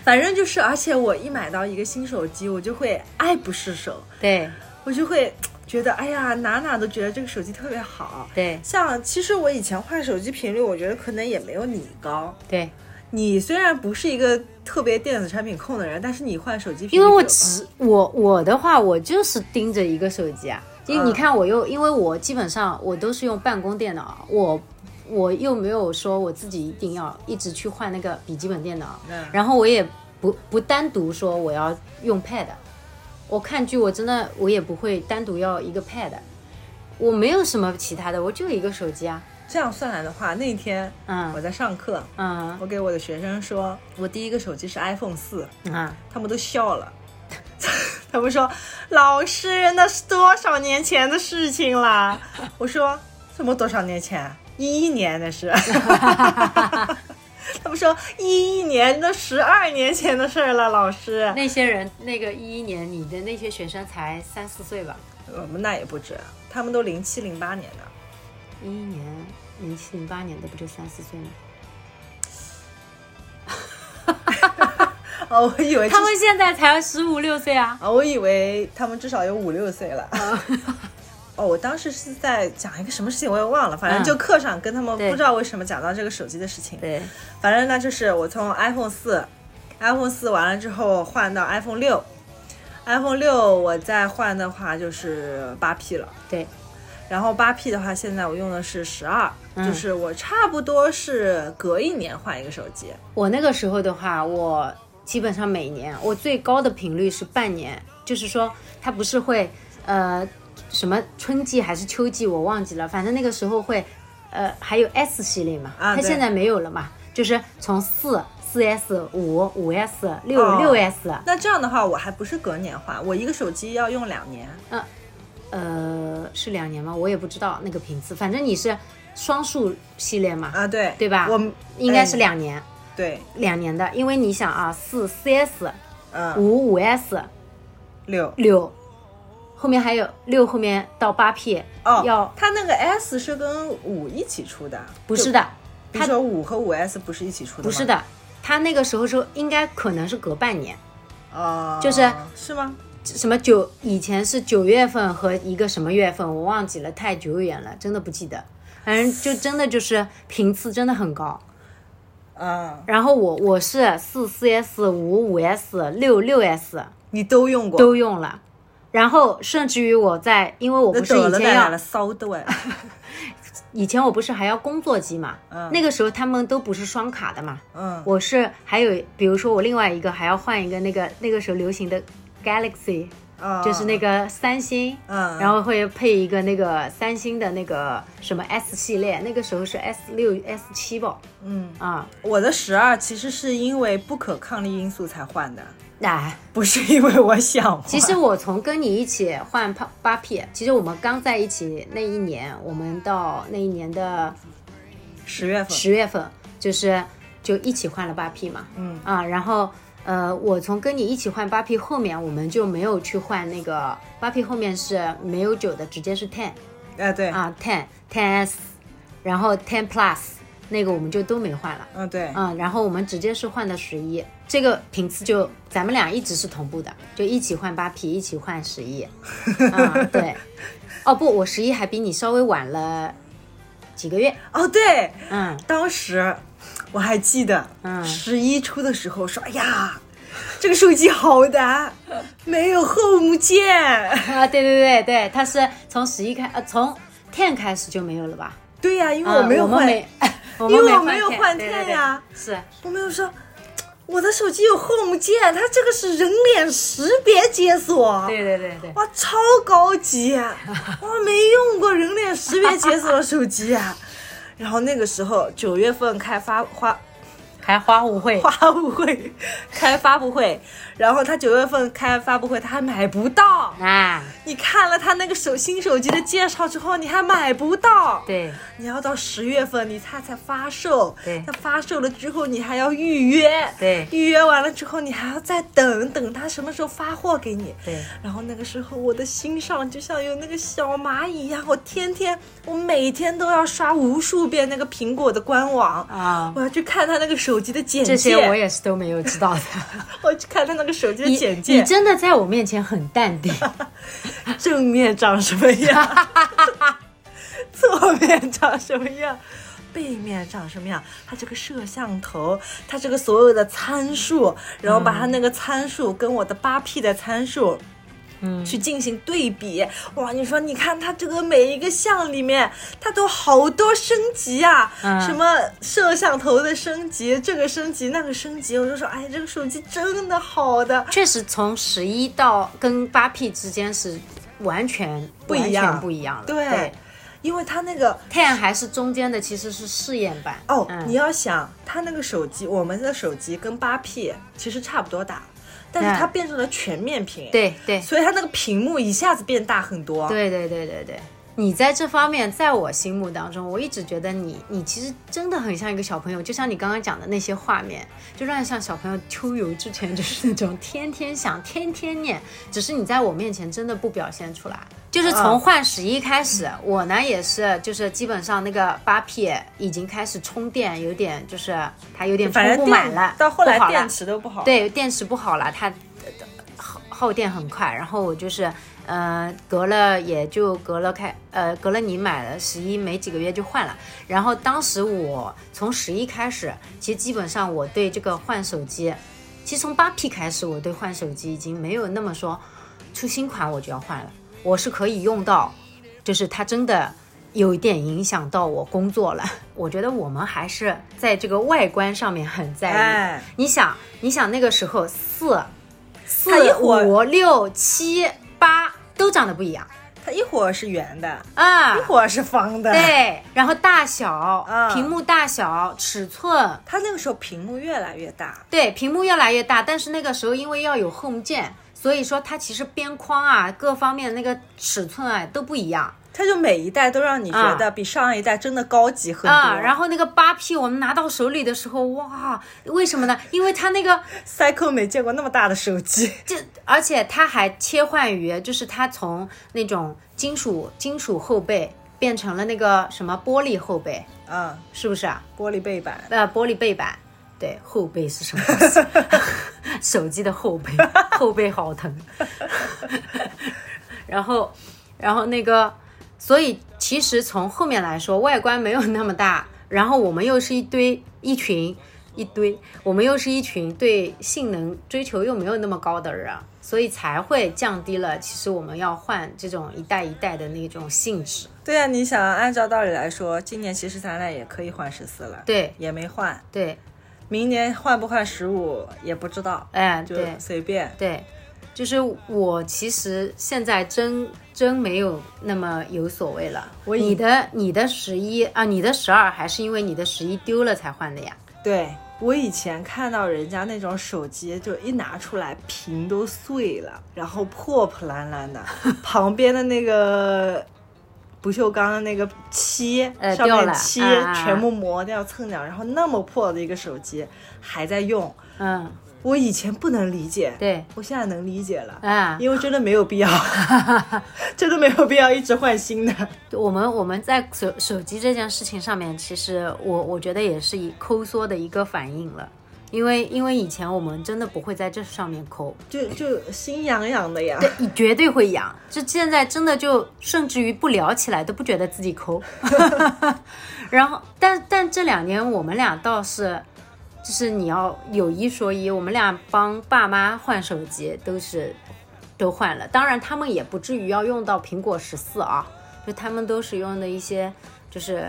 S2: 反正就是，而且我一买到一个新手机，我就会爱不释手，
S3: 对
S2: 我就会觉得，哎呀，哪哪都觉得这个手机特别好。
S3: 对
S2: 像其实我以前换手机频率，我觉得可能也没有你高。
S3: 对，
S2: 你虽然不是一个特别电子产品控的人，但是你换手机频率比
S3: 因为
S2: 高，
S3: 我只我我的话，我就是盯着一个手机啊，因为你
S2: 嗯
S3: 看我又因为我基本上我都是用办公电脑，我我又没有说我自己一定要一直去换那个笔记本电脑，
S2: 嗯
S3: 然后我也不不单独说我要用 pad，我看剧我真的我也不会单独要一个 pad，我没有什么其他的，我就一个手机啊，
S2: 这样算来的话，那天我
S3: 嗯
S2: 在上课，
S3: 嗯
S2: 我给我的学生说，我第一个手机是 iPhone 四，
S3: 啊，
S2: 他们都笑了。 他们说：“老师，那是多少年前的事情 啦？”我说：“什么多少年前？一一年那 是。”他们说：“一一年，那十二年前的事儿了，老师。
S3: 那些人那个一一年你的那些学生才三四岁吧，”
S2: 我们那也不止，他们都零七零八年的。
S3: 一一年零七零八年的不就三四岁吗？
S2: 哦，我以为
S3: 他们现在才十五六岁啊，
S2: 啊，我以为他们至少有五六岁了。 哦，我当时是在讲一个什么事情，我也忘了，反正
S3: 嗯
S2: 就课上跟他们
S3: 对
S2: 不知道为什么讲到这个手机的事情。
S3: 对
S2: 反正呢，就是我从 iPhone 四，iPhone 四完了之后换到 iPhone 六，iPhone 六我再换的话就是八 P 了，
S3: 对，
S2: 然后八 P 的话现在我用的是十二、
S3: 嗯
S2: 就是我差不多是隔一年换一个手机。
S3: 我那个时候的话，我基本上每年我最高的频率是半年，就是说它不是会呃什么春季还是秋季我忘记了，反正那个时候会呃还有 S 系列嘛，
S2: 啊对
S3: 它现在没有了嘛，就是从四四 S 五五 S
S2: 哦
S3: 六六 S
S2: 那这样的话，我还不是隔年换，我一个手机要用两年。
S3: 呃是两年吗？我也不知道那个频次，反正你是双数系列嘛，
S2: 啊，对
S3: 对吧？
S2: 我
S3: 应该是、
S2: 哎
S3: 两年。
S2: 对，
S3: 两年的，因为你想啊，四 CS
S2: 嗯，
S3: 五五 S
S2: 六
S3: 六，后面还有六后面到八 P，、
S2: 哦，
S3: 要
S2: 它那个 S 是跟五一起出的，
S3: 不是
S2: 就，
S3: 的，
S2: 比如说五和五 S 不是一起出的吗？
S3: 不是，的，他那个时候是应该可能是隔半年，
S2: 哦，
S3: 就是
S2: 是吗？
S3: 什么九以前是九月份和一个什么月份，我忘记了，太久远了，真的不记得。反正就真的就是频次真的很高，
S2: 啊，
S3: 然后我我是四四 S 五五 S 六六 S
S2: 你都用过，
S3: 都用了，然后甚至于我在，因为我
S2: 那
S3: 不是
S2: 得
S3: 以
S2: 了
S3: 前
S2: 带来
S3: 要
S2: 了骚对，
S3: 以前我不是还要工作机嘛，
S2: 嗯
S3: 那个时候他们都不是双卡的嘛，
S2: 嗯，
S3: 我是还有，比如说我另外一个还要换一个那个那个时候流行的 Galaxy，、
S2: 啊
S3: 就是那，个三星，
S2: 嗯，
S3: 然后会配一个那个三星的那个什么 S 系列，那个时候是 S 六 S 七吧，
S2: 嗯，
S3: 啊、
S2: 我的十二其实是因为不可抗力因素才换的，
S3: 那、
S2: 不是因为我想换。
S3: 其实我从跟你一起换八八 P，其实我们刚在一起那一年，我们到那一年的
S2: 十月份，
S3: 十月份，就是就一起换了八 P 嘛，
S2: 嗯
S3: 啊，然后呃，我从跟你一起换八 P 后面，我们就没有去换那个八 P 后面是没有九的，直接是 ten
S2: 哎，对，
S3: 啊 ten ten s，然后 ten plus 那个我们就都没换了。
S2: 嗯，对，
S3: 嗯，然后我们直接是换的十一，这个频次就咱们俩一直是同步的，就一起换八 P，一起换 十一。啊，对，哦不，我十一还比你稍微晚了几个月。
S2: 哦，对，
S3: 嗯，
S2: 当时我还记得，
S3: 嗯
S2: 十一出的时候说，哎呀，这个手机好难，没有 home 键。
S3: 啊，对对对对，它是从十一开，呃，从 ten 开始就没有了吧？
S2: 对呀、因为
S3: 啊
S2: 我没有
S3: 我们
S2: 换，
S3: 没，我
S2: 因为
S3: 们
S2: 我没有换
S3: ten 对对
S2: ten 呀
S3: 对是
S2: 我没有说，我的手机有 Home 键，它这个是人脸识别解锁，
S3: 对对对对，
S2: 哇，超高级！我没用过人脸识别解锁的手机啊。 然后那个时候九月份开发花
S3: 还花舞会，
S2: 发布会，开发布会，然后他九月份开发布会，他还买不到。
S3: 啊，
S2: 你看了他那个手新手机的介绍之后，你还买不到。
S3: 对，
S2: 你要到十月份，你它才发售。
S3: 对
S2: 它发售了之后，你还要预约。
S3: 对
S2: 预约完了之后，你还要再等等它什么时候发货给你。
S3: 对。
S2: 然后那个时候，我的心上就像有那个小蚂蚁一样，我天天，我每天都要刷无数遍那个苹果的官网
S3: 啊
S2: 我要去看它那个手机的简介，
S3: 这些我也是都没有知 道的。
S2: 我去看它那个手机的
S3: 你
S2: 简
S3: 你
S2: 介，
S3: 真的在我面前很淡定，
S2: 正面长什么样， 侧面长什么样，背面长什么样，它这个摄像头，它这个所有的参数，然后把它那个参数跟我的八 P 的参数。
S3: 嗯
S2: 去进行对比，哇！你说，你看它这个每一个项里面，它都好多升级啊，
S3: 嗯
S2: 什么摄像头的升级，这个升级那个升级，我就说，哎，这个手机真的好的，
S3: 确实从十一到跟八 P 之间是完全
S2: 不一样
S3: 完全不一样的。
S2: 对，因为它那个
S3: Ten 还是中间的，其实是试验版。
S2: 哦，
S3: 嗯
S2: 你要想它那个手机，我们的手机跟八 P 其实差不多大，但是
S3: 嗯
S2: 它变成了全面屏，，
S3: 对对
S2: 所以它那个屏幕一下子变大很多。，
S3: 对对对对对，你在这方面，在我心目当中，我一直觉得你，你其实真的很像一个小朋友，就像你刚刚讲的那些画面，就让像小朋友秋游之前 就是那种天天想、天天念，只是你在我面前真的不表现出来。就是
S2: 嗯
S3: 从换十一开始，我呢也是，就是基本上那个八 P 已经开始充电，有点就是它有点充
S2: 反正
S3: 不满
S2: 电
S3: 了，
S2: 到后来
S3: 不好了
S2: 电池都不好。，
S3: 对，电池不好了，它呃耗耗电很快。然后我就是，呃，隔了也就隔了开，呃，隔了你买了十一没几个月就换了。然后当时我从十一开始，其实基本上我对这个换手机，其实从八 P 开始，我对换手机已经没有那么说出新款我就要换了，我是可以用到，就是它真的。有一点影响到我工作了， 我觉得我们还是在这个外观上面很在意。
S2: 哎，
S3: 你想，你想那个时候四、四
S2: 哎它一会儿
S3: 五六七八都长得不一样
S2: 它一会儿是圆的，
S3: 啊
S2: 一，会儿是方的。，
S3: 对，然后大小、
S2: 嗯
S3: 屏幕大小、尺寸，
S2: 它那个时候屏幕越来越大，
S3: 对，屏幕越来越大，但是那个时候因为要有 Home 键，所以说它其实边框啊，各方面那个尺寸啊都不一样
S2: 它就每一代都让你觉得比上一代真的高级很多。
S3: 啊。然后那个八 P 我们拿到手里的时候，哇，为什么呢？因为它那个
S2: Cycle 没见过那么大的手机，
S3: 这而且它还切换于，就是它从那种金属金属后背变成了那个什么玻璃后背，
S2: 嗯，
S3: 是不是啊？
S2: 玻璃背板。
S3: 呃，玻璃背板，对，后背是什么东西？手机的后背， 后背好疼。 然后，然后那个，所以其实从后面来说，外观没有那么大，然后我们又是一堆一群一堆，我们又是一群对性能追求又没有那么高的人，所以才会降低了其实我们要换这种一代一代的那种性质。
S2: 对啊，你想按照道理来说，今年其实咱俩也可以换十四了，
S3: 对
S2: 也没换，
S3: 对，
S2: 明年换不换十五也不知道，
S3: 哎，
S2: 就
S3: 对，
S2: 随便。
S3: 对，就是我其实现在真真没有那么有所谓了。
S2: 已
S3: 你的你的十一啊，你的十二还是因为你的十一丢了才换的呀？
S2: 对我以前看到人家那种手机，就一拿出来屏都碎了，然后破破烂烂 的，旁边的那个。不锈钢的那个漆，
S3: 呃
S2: 上
S3: 掉
S2: 面
S3: 了
S2: 漆
S3: 啊
S2: 全部磨掉、蹭掉，然后那么破的一个手机还在用，
S3: 嗯，
S2: 我以前不能理解，
S3: 对，
S2: 我现在能理解了。
S3: 啊，
S2: 因为真的没有必 要，真的没有必要一直换新的。
S3: 我们我们在手手机这件事情上面，其实我我觉得也是以抠缩的一个反应了。因为因为以前我们真的不会在这上面抠，
S2: 就就心痒痒的呀，
S3: 你绝对会痒。就现在真的就甚至于不聊起来都不觉得自己抠。 然后，但但这两年我们俩倒是，就是你要有一说一，我们俩帮爸妈换手机都是都换了，当然他们也不至于要用到苹果十四啊，就他们都是用的一些就是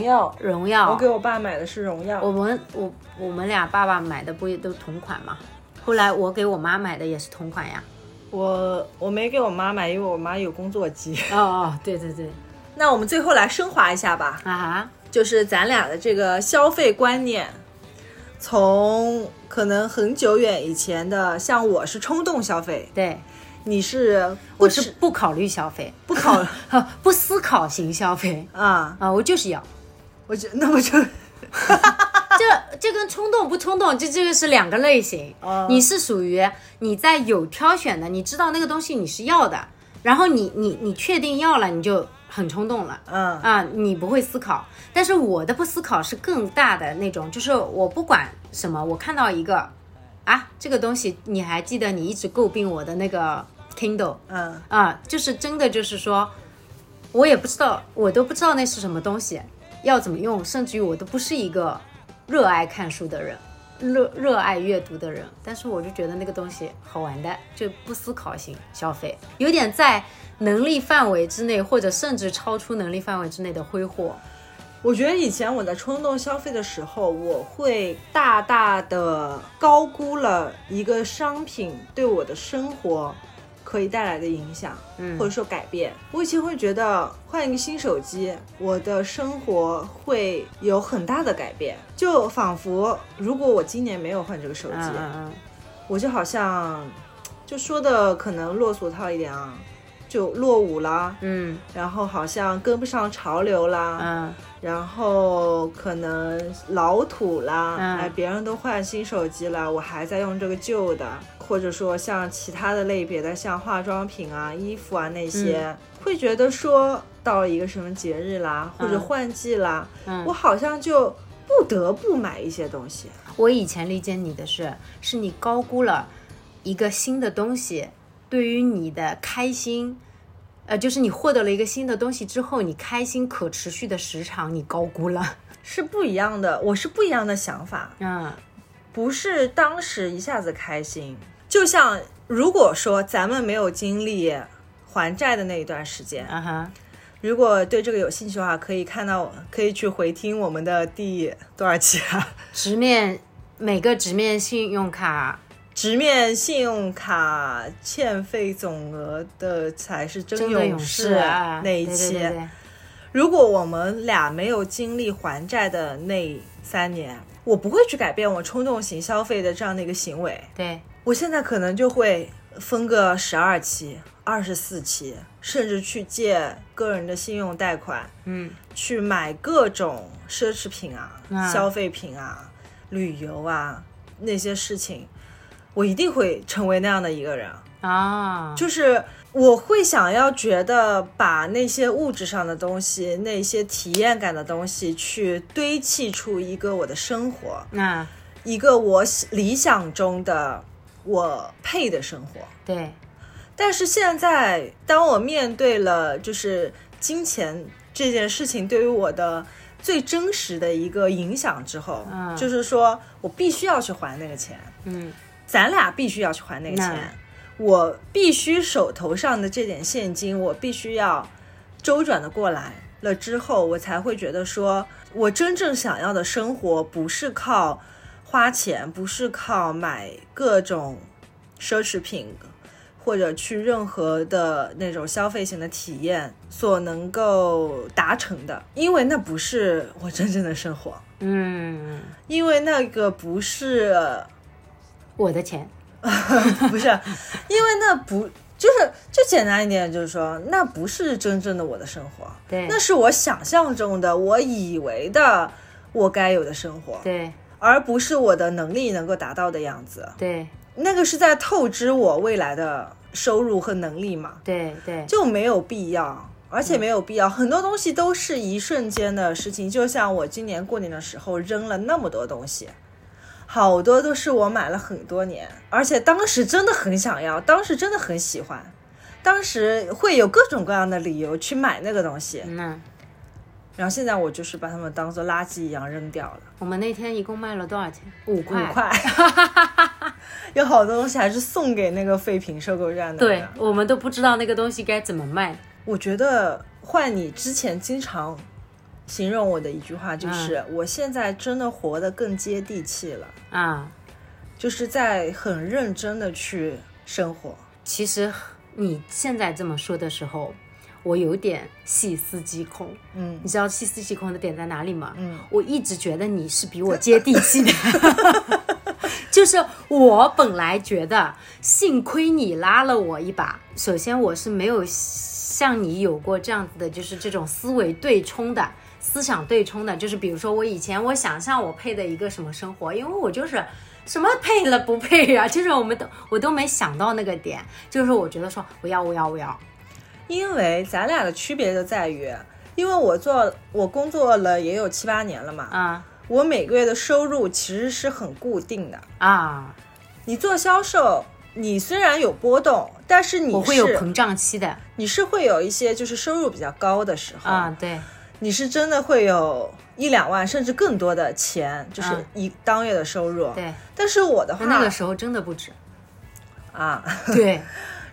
S2: 耀，
S3: 荣耀，
S2: 我给我爸买的是荣耀
S3: 我。们我我们俩爸爸买的不也都同款吗？后来我给我妈买的也是同款呀。
S2: 我我没给我妈买，因为我妈有工作机。
S3: 哦哦，对对对，
S4: 那我们最后来升华一下吧，
S3: 啊哈，
S4: 就是咱俩的这个消费观念，从可能很久远以前的，像我是冲动消费，
S3: 对，
S4: 你是
S3: 我
S4: 不
S3: 是
S4: 吃
S3: 不考虑消费，
S4: 不考
S3: 不思考型消费
S4: 啊，
S3: 啊，我就是要。
S4: 我觉那我就
S3: 这这跟冲动不冲动，这这个是两个类型。
S4: 哦
S3: 你是属于你在有挑选的，你知道那个东西你是要的，然后你你你确定要了，你就很冲动了。
S2: 嗯
S3: 啊，你不会思考。但是我的不思考是更大的那种，就是我不管什么，我看到一个啊，这个东西，你还记得你一直诟病我的那个 Kindle
S2: 嗯，
S3: 啊，就是真的就是说，我也不知道，我都不知道那是什么东西，要怎么用，甚至于我都不是一个热爱看书的人。热热爱阅读的人，但是我就觉得那个东西好玩的，就不思考型消费，有点在能力范围之内，或者甚至超出能力范围之内的挥霍。
S2: 我觉得以前我在冲动消费的时候，我会大大的高估了一个商品对我的生活可以带来的影响，
S3: 嗯
S2: 或者说改变。我以前会觉得换一个新手机，我的生活会有很大的改变，就仿佛如果我今年没有换这个手机，
S3: 嗯嗯
S2: 我就好像就说的可能落俗套一点啊，就落伍啦，
S3: 嗯
S2: 然后好像跟不上潮流啦，
S3: 嗯
S2: 然后可能老土啦，
S3: 嗯
S2: 哎，别人都换新手机了，我还在用这个旧的，或者说像其他的类别的，像化妆品啊、衣服啊那些，
S3: 嗯
S2: 会觉得说到了一个什么节日啦，或者
S3: 嗯
S2: 换季啦，
S3: 嗯
S2: 我好像就不得不买一些东西。
S3: 我以前理解你的是，是你高估了一个新的东西对于你的开心，呃，就是你获得了一个新的东西之后，你开心可持续的时长你高 估了。
S2: 是不一样的，我是不一样的想法，
S3: 嗯
S2: 不是当时一下子开心。就像如果说咱们没有经历还债的那一段时间，
S3: 啊哈，
S2: 如果对这个有兴趣的话，可以看到，可以去回听我们的第多少期啊？
S3: 直面每个直面信用卡
S2: 直面信用卡欠费总额的才是真
S3: 真的勇
S2: 士
S3: 啊
S2: 那一期。
S3: 对对对对
S2: 如果我们俩没有经历还债的那三年，我不会去改变我冲动型消费的这样的一个行为。
S3: 对
S2: 我现在可能就会分个十二期、二十四期，甚至去借个人的信用贷款，
S3: 嗯，
S2: 去买各种奢侈品啊、
S3: 啊
S2: 消费品啊、旅游啊那些事情，我一定会成为那样的一个人。
S3: 啊，
S2: 就是我会想要觉得把那些物质上的东西、那些体验感的东西，去堆砌出一个我的生活，
S3: 那
S2: 一个我喜理想中的我配的生活。
S3: 对
S2: 但是现在，当我面对了就是金钱这件事情对于我的最真实的一个影响之后，
S3: 嗯
S2: 就是说我必须要去还那个钱，
S3: 嗯
S2: 咱俩必须要去还那个钱
S3: 那，
S2: 我必须手头上的这点现金，我必须要周转的过来了之后，我才会觉得说，我真正想要的生活不是靠花钱，不是靠买各种奢侈品。或者去任何的那种消费型的体验所能够达成的，因为那不是我真正的生活，
S3: 嗯，
S2: 因为那个不是
S3: 我的钱
S2: 不是，因为那不就是就简单一点，就是说那不是真正的我的生活，
S3: 对
S2: 那是我想象中的，我以为的我该有的生活，
S3: 对
S2: 而不是我的能力能够达到的样子。
S3: 对
S2: 那个是在透支我未来的收入和能力嘛，
S3: 对对，
S2: 就没有必要。而且没有必要，很多东西都是一瞬间的事情。就像我今年过年的时候扔了那么多东西，好多都是我买了很多年，而且当时真的很想要，当时真的很喜欢，当时会有各种各样的理由去买那个东西。
S3: 那
S2: 然后现在我就是把它们当做垃圾一样扔掉了，
S3: 我们那天一共卖了多少钱？五块。
S2: 五块。 有好多东西还是送给那个废品收购站的人。
S3: 对我们都不知道那个东西该怎么卖。
S2: 我觉得换你之前经常形容我的一句话就是，
S3: 嗯
S2: 我现在真的活得更接地气了，
S3: 啊，
S2: 就是在很认真的去生活。
S3: 其实你现在这么说的时候，我有点细思极恐。
S2: 嗯
S3: 你知道细思极恐的点在哪里吗？
S2: 嗯，
S3: 我一直觉得你是比我接地气的。 就是我本来觉得，幸亏你拉了我一把。首先，我是没有像你有过这样子的，就是这种思维对冲的思想对冲的。就是比如说，我以前我想象我配的一个什么生活，因为我就是什么配了不配啊，就是我们都我都没想到那个点。就是我觉得说我要我要我要，
S2: 因为咱俩的区别就在于，因为我做我工作了也有七八年了嘛，
S3: 啊
S2: 我每个月的收入其实是很固定的。
S3: 啊，
S2: 你做销售，你虽然有波动，但是你
S3: 我会有
S2: 是
S3: 膨胀期的
S2: 你是会有一些就是收入比较高的时候，
S3: 啊，对。
S2: 你是真的会有一两万甚至更多的钱，就是
S3: 啊
S2: 一当月的收入。
S3: 对，
S2: 但是我的话
S3: 但那个时候真的不止，
S2: 啊，
S3: 对，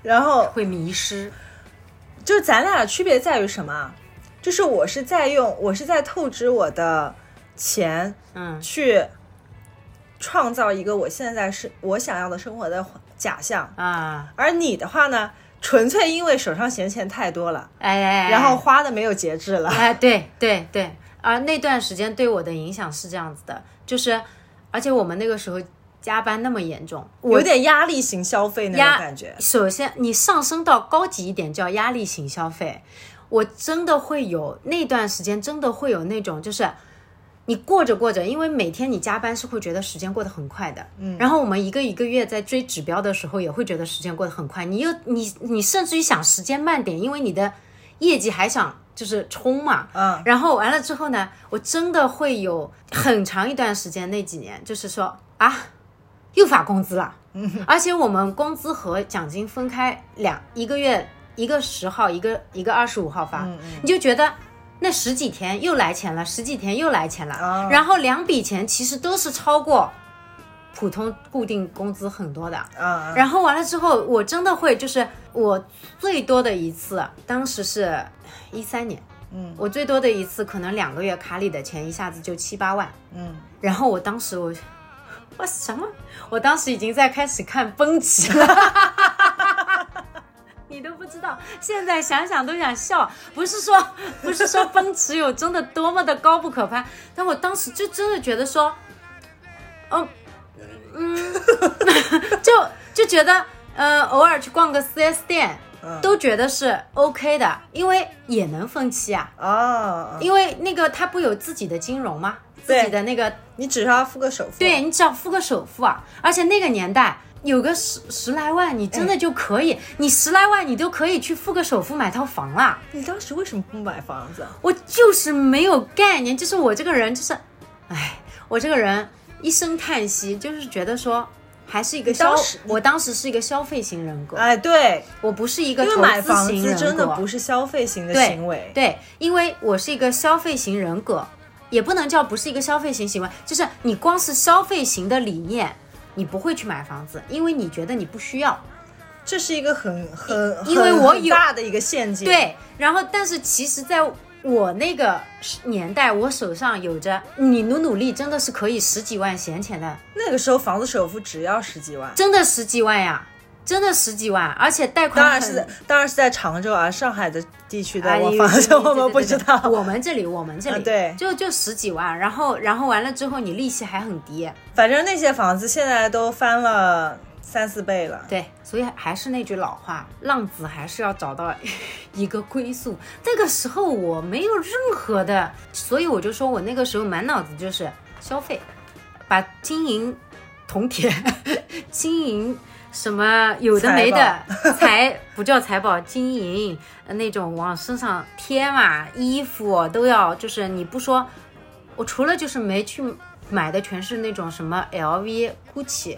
S2: 然后
S3: 会迷失。
S2: 就是咱俩的区别在于什么啊？就是我是在用，我是在透支我的钱
S3: 嗯
S2: 去创造一个我现在是我想要的生活的假象，
S3: 啊，
S2: 而你的话呢，纯粹因为手上闲钱太多了，
S3: 哎哎，哎
S2: 然后花的没有节制了。
S3: 哎，对对对，而那段时间对我的影响是这样子的，就是，而且我们那个时候加班那么严重，我
S2: 有点压力型消费那
S3: 压
S2: 种感觉，
S3: 首先，你上升到高级一点叫压力型消费，我真的会有那段时间真的会有那种就是。你过着过着，因为每天你加班是会觉得时间过得很快的，嗯，然后我们一个一个月在追指标的时候，也会觉得时间过得很快。你又你你甚至于想时间慢点，因为你的业绩还想就是冲嘛，
S2: 嗯，
S3: 然后完了之后呢，我真的会有很长一段时间，那几年就是说啊，又发工资了，而且我们工资和奖金分开两一个月，一个十号，一个一个二十五号发，
S2: 嗯
S3: 你就觉得。那十几天又来钱了，十几天又来钱了，
S2: 哦
S3: 然后两笔钱其实都是超过普通固定工资很多的，
S2: 嗯，
S3: 然后完了之后，我真的会就是我最多的一次，当时是一三年，
S2: 嗯，
S3: 我最多的一次可能两个月卡里的钱一下子就七八万，
S2: 嗯，
S3: 然后我当时我我什么？我当时已经在开始看奔驰了。 你都不知道，现在想想都想笑。不是说不是说奔驰有真的多么的高不可攀，但我当时就真的觉得说，嗯嗯， 就就觉得，呃，偶尔去逛个 4S 店，都觉得是 OK 的，因为也能分期啊，
S2: 哦，
S3: 因为那个它不有自己的金融吗？自
S2: 对
S3: 己的那个
S2: 你只是要付个首付，
S3: 对，你只要付个首付啊，而且那个年代有个十十来万，你真的就可
S2: 嗯
S3: 以，你十来万你都可以去付个首付买套房了。
S2: 你当时为什么不买房子？啊
S3: 我就是没有概念，就是我这个人就是，哎，我这个人一声叹息，就是觉得说。还是一个
S2: 你当
S3: 消
S2: 时，
S3: 我当时是一个消费型人格，
S2: 哎，对，
S3: 我不是一个
S2: 因
S3: 投
S2: 为买
S3: 资
S2: 房
S3: 型人
S2: 子
S3: 格。
S2: 真的不是消费型的
S3: 对
S2: 行为，
S3: 对，因为我是一个消费型人格，也不能叫不是一个消费型行为，就是你光是消费型的理念，你不会去买房子，因为你觉得你不需要。
S2: 这是一个很很
S3: 因为
S2: 很
S3: 我
S2: 很
S3: 有
S2: 大的一个陷阱，，
S3: 对，然后但是其实在我那个时年代，我手上有着你努努力真的是可以十几万闲钱的，
S2: 那个时候房子首付只要十几万，
S3: 真的十几万呀，真的十几万，而且贷款
S2: 当然
S3: 很
S2: 是在当然是在常州啊，上海的地区的
S3: 哎
S2: 我
S3: 对
S2: 房
S3: 对
S2: 子
S3: 对
S2: 我
S3: 对
S2: 们
S3: 对
S2: 不
S3: 对
S2: 知
S3: 对
S2: 道，
S3: 我们这里我们这
S2: 啊
S3: 里
S2: 对
S3: 就就十几万，然后然后完了之后你利息还很低，
S2: 反正那些房子现在都翻了三四倍了，
S3: 对，所以还是那句老话，浪子还是要找到 一个归宿。那个时候我没有任何的，所以我就说我那个时候满脑子就是消费，把金银铜铁、 金银什么有的没的财不叫财宝，金银呃那种往身上贴嘛，衣服啊都要，就是你不说，我除了就是没去买的全是那种什么 LV、GUCCI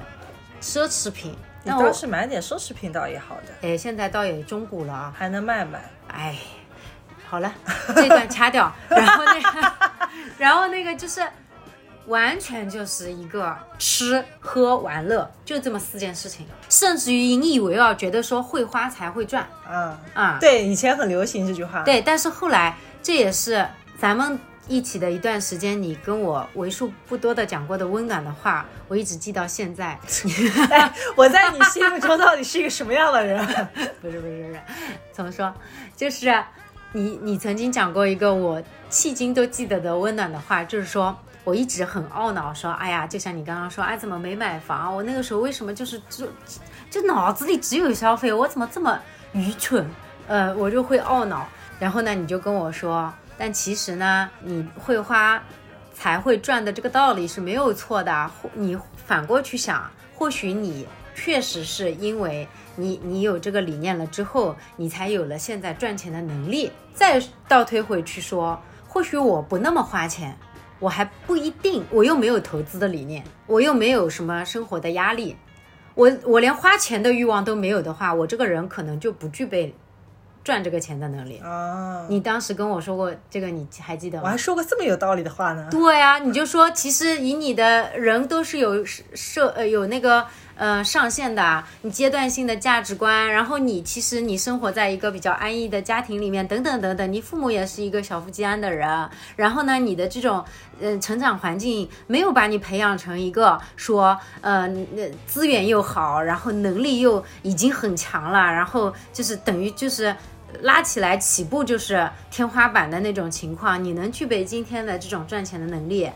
S3: 奢侈品。
S2: 你
S3: 那我。
S2: 倒是买点奢侈品倒也好的，
S3: 哎，现在倒也中古了啊！
S2: 还能卖卖，
S3: 哎，好了，这段掐掉。然后那个，然后那个就是完全就是一个吃喝玩乐，就这么四件事情，甚至于引以为傲，觉得说会花才会赚
S2: 嗯，
S3: 啊。
S2: 对，以前很流行这句话，，
S3: 对，但是后来这也是咱们一起的一段时间，你跟我为数不多的讲过的温暖的话，我一直记到现在。
S2: 哎， 我在你心目中到底是一个什么样的人？
S3: 不是不是不是，怎么说？就是你你曾经讲过一个我迄今都记得的温暖的话，就是说我一直很懊恼，说哎呀，就像你刚刚说，哎怎么没买房？我那个时候为什么就是就就脑子里只有消费，我怎么这么愚蠢？呃，我就会懊恼。然后呢，你就跟我说，但其实呢，你会花才会赚的这个道理是没有错的。啊或你反过去想，或许你确实是因为你你有这个理念了之后，你才有了现在赚钱的能力。再倒推回去说，或许我不那么花钱，我还不一定，我又没有投资的理念，我又没有什么生活的压力。我我连花钱的欲望都没有的话，我这个人可能就不具备赚这个钱的能力。
S2: 啊，
S3: 你当时跟我说过这个，你还记得
S2: 我
S3: 吗
S2: 还？说过这么有道理的话呢。
S3: 对啊，你就说，其实以你的人都是有设呃有那个呃上限的啊，你阶段性的价值观，然后你其实你生活在一个比较安逸的家庭里面，等等等等，你父母也是一个小富即安的人，然后呢，你的这种呃成长环境没有把你培养成一个说呃那资源又好，然后能力又已经很强了，然后就是等于就是。拉起来起步就是天花板的那种情况，你能具备今天的这种赚钱的能力，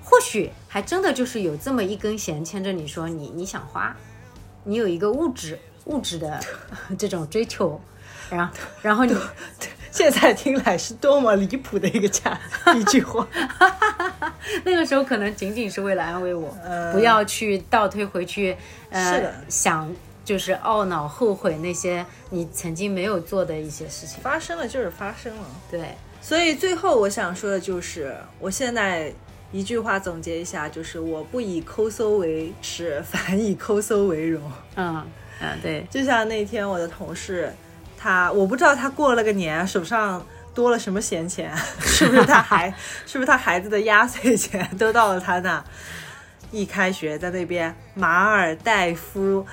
S3: 或许还真的就是有这么一根弦牵着你说你你想花，你有一个物质物质的 这种追求，然后然后你
S2: 现在听来是多么离谱的一个家一句 话。
S3: 那个时候可能仅仅是为了安慰我，不要去倒推回去，呃，
S2: 呃是的
S3: 想就是懊恼后悔那些你曾经没有做的一些事情，
S2: 发生了就是发生了，
S3: 对。
S2: 所以最后我想说的就是，我现在一句话总结一下，就是我不以抠搜为耻，反以抠搜为荣。
S3: 嗯嗯， 对，
S2: 就像那天我的同事，他我不知道他过了个年，手上多了什么闲钱， 是不是他孩， 是不是他孩子的压岁钱都到了他那？一开学在那边马尔代夫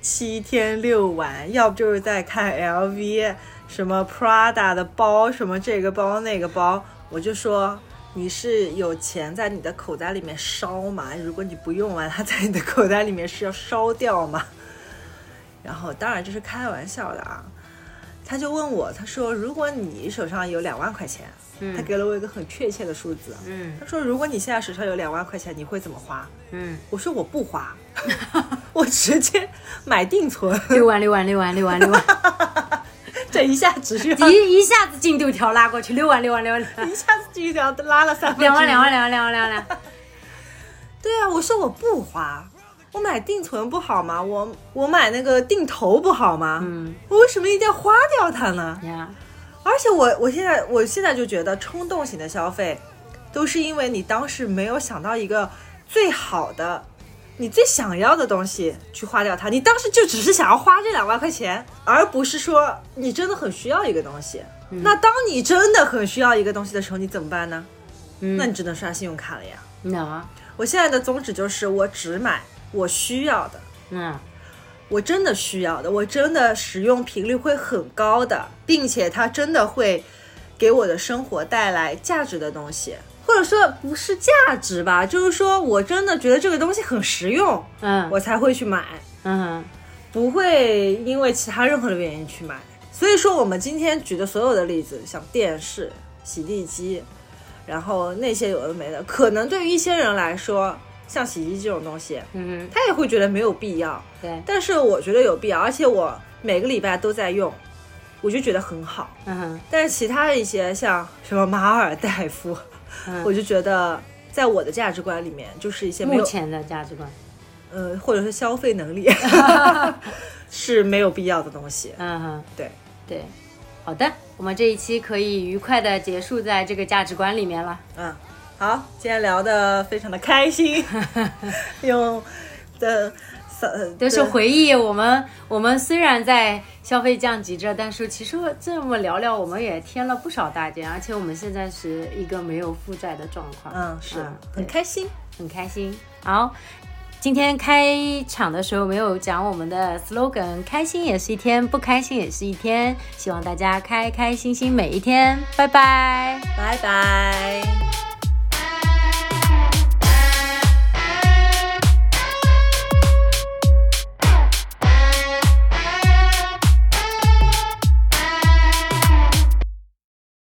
S2: 七天六晚，要不就是在看 LV，什么 Prada 的包，什么这个包那个包，我就说。你是有钱在你的口袋里面烧吗？如果你不用完，它在你的口袋里面是要烧掉吗？然后当然这是开玩笑的啊。他就问我，他说如果你手上有两万块钱，他给了我一个很确切的数字，
S3: 嗯
S2: 他说如果你现在手上有两万块钱，你会怎么花？
S3: 嗯。
S2: 我说我不花， 我直接买定存，
S3: 六万六万六万六万六万，
S2: 这一下只需要
S3: 一一下子进度条拉过去，六万六万六万，
S2: 一下子这一条拉了三分之一
S3: 两万两万两万两万两万两万，
S2: 对啊，我说我不花，我买定存不好吗？我我买那个定投不好吗？
S3: 嗯
S2: 我为什么一定要花掉它呢？
S3: 呀，
S2: 而且我我现在我现在就觉得冲动型的消费，都是因为你当时没有想到一个最好的、你最想要的东西去花掉它，你当时就只是想要花这两万块钱，而不是说你真的很需要一个东西。那当你真的很需要一个东西的时候，你怎么办呢？
S3: 嗯
S2: 那你只能刷信用卡了呀。
S3: 那
S2: 我现在的宗旨就是，我只买我需要的，
S3: 嗯
S2: 我真的需要的，我真的使用频率会很高的，并且它真的会给我的生活带来价值的东西，或者说不是价值吧，就是说我真的觉得这个东西很实用，
S3: 嗯
S2: 我才会去买，
S3: 嗯
S2: 不会因为其他任何的原因去买。所以说，我们今天举的所有的例子，像电视、洗地机，然后那些有的没的，可能对于一些人来说，像洗衣机这种东西，
S3: 嗯，
S2: 他也会觉得没有必要。
S3: 对，
S2: 但是我觉得有必要，而且我每个礼拜都在用，我就觉得很好。
S3: 嗯
S2: 但是其他的一些像什么马尔代夫，
S3: 嗯
S2: 我就觉得在我的价值观里面，就是一些没
S3: 目
S2: 有
S3: 前的价值观，
S2: 呃，或者是消费能 力是没有必要的东西。
S3: 嗯哼，
S2: 对，
S3: 对，好的，我们这一期可以愉快的结束在这个价值观里面了，
S2: 嗯，好，今天聊的非常的开 心，用呃的三
S3: 都是回忆。我们我们虽然在消费降级这，但是其实我这么聊聊，我们也添了不少大件，而且我们现在是一个没有负债的状况，
S2: 嗯是
S3: 嗯对
S2: 很开心。
S3: 很开心。好，今天开场的时候没有讲我们的 slogan，开心也是一天，不开心也是一天，希望大家开开心心每一天，拜拜。
S5: 拜拜。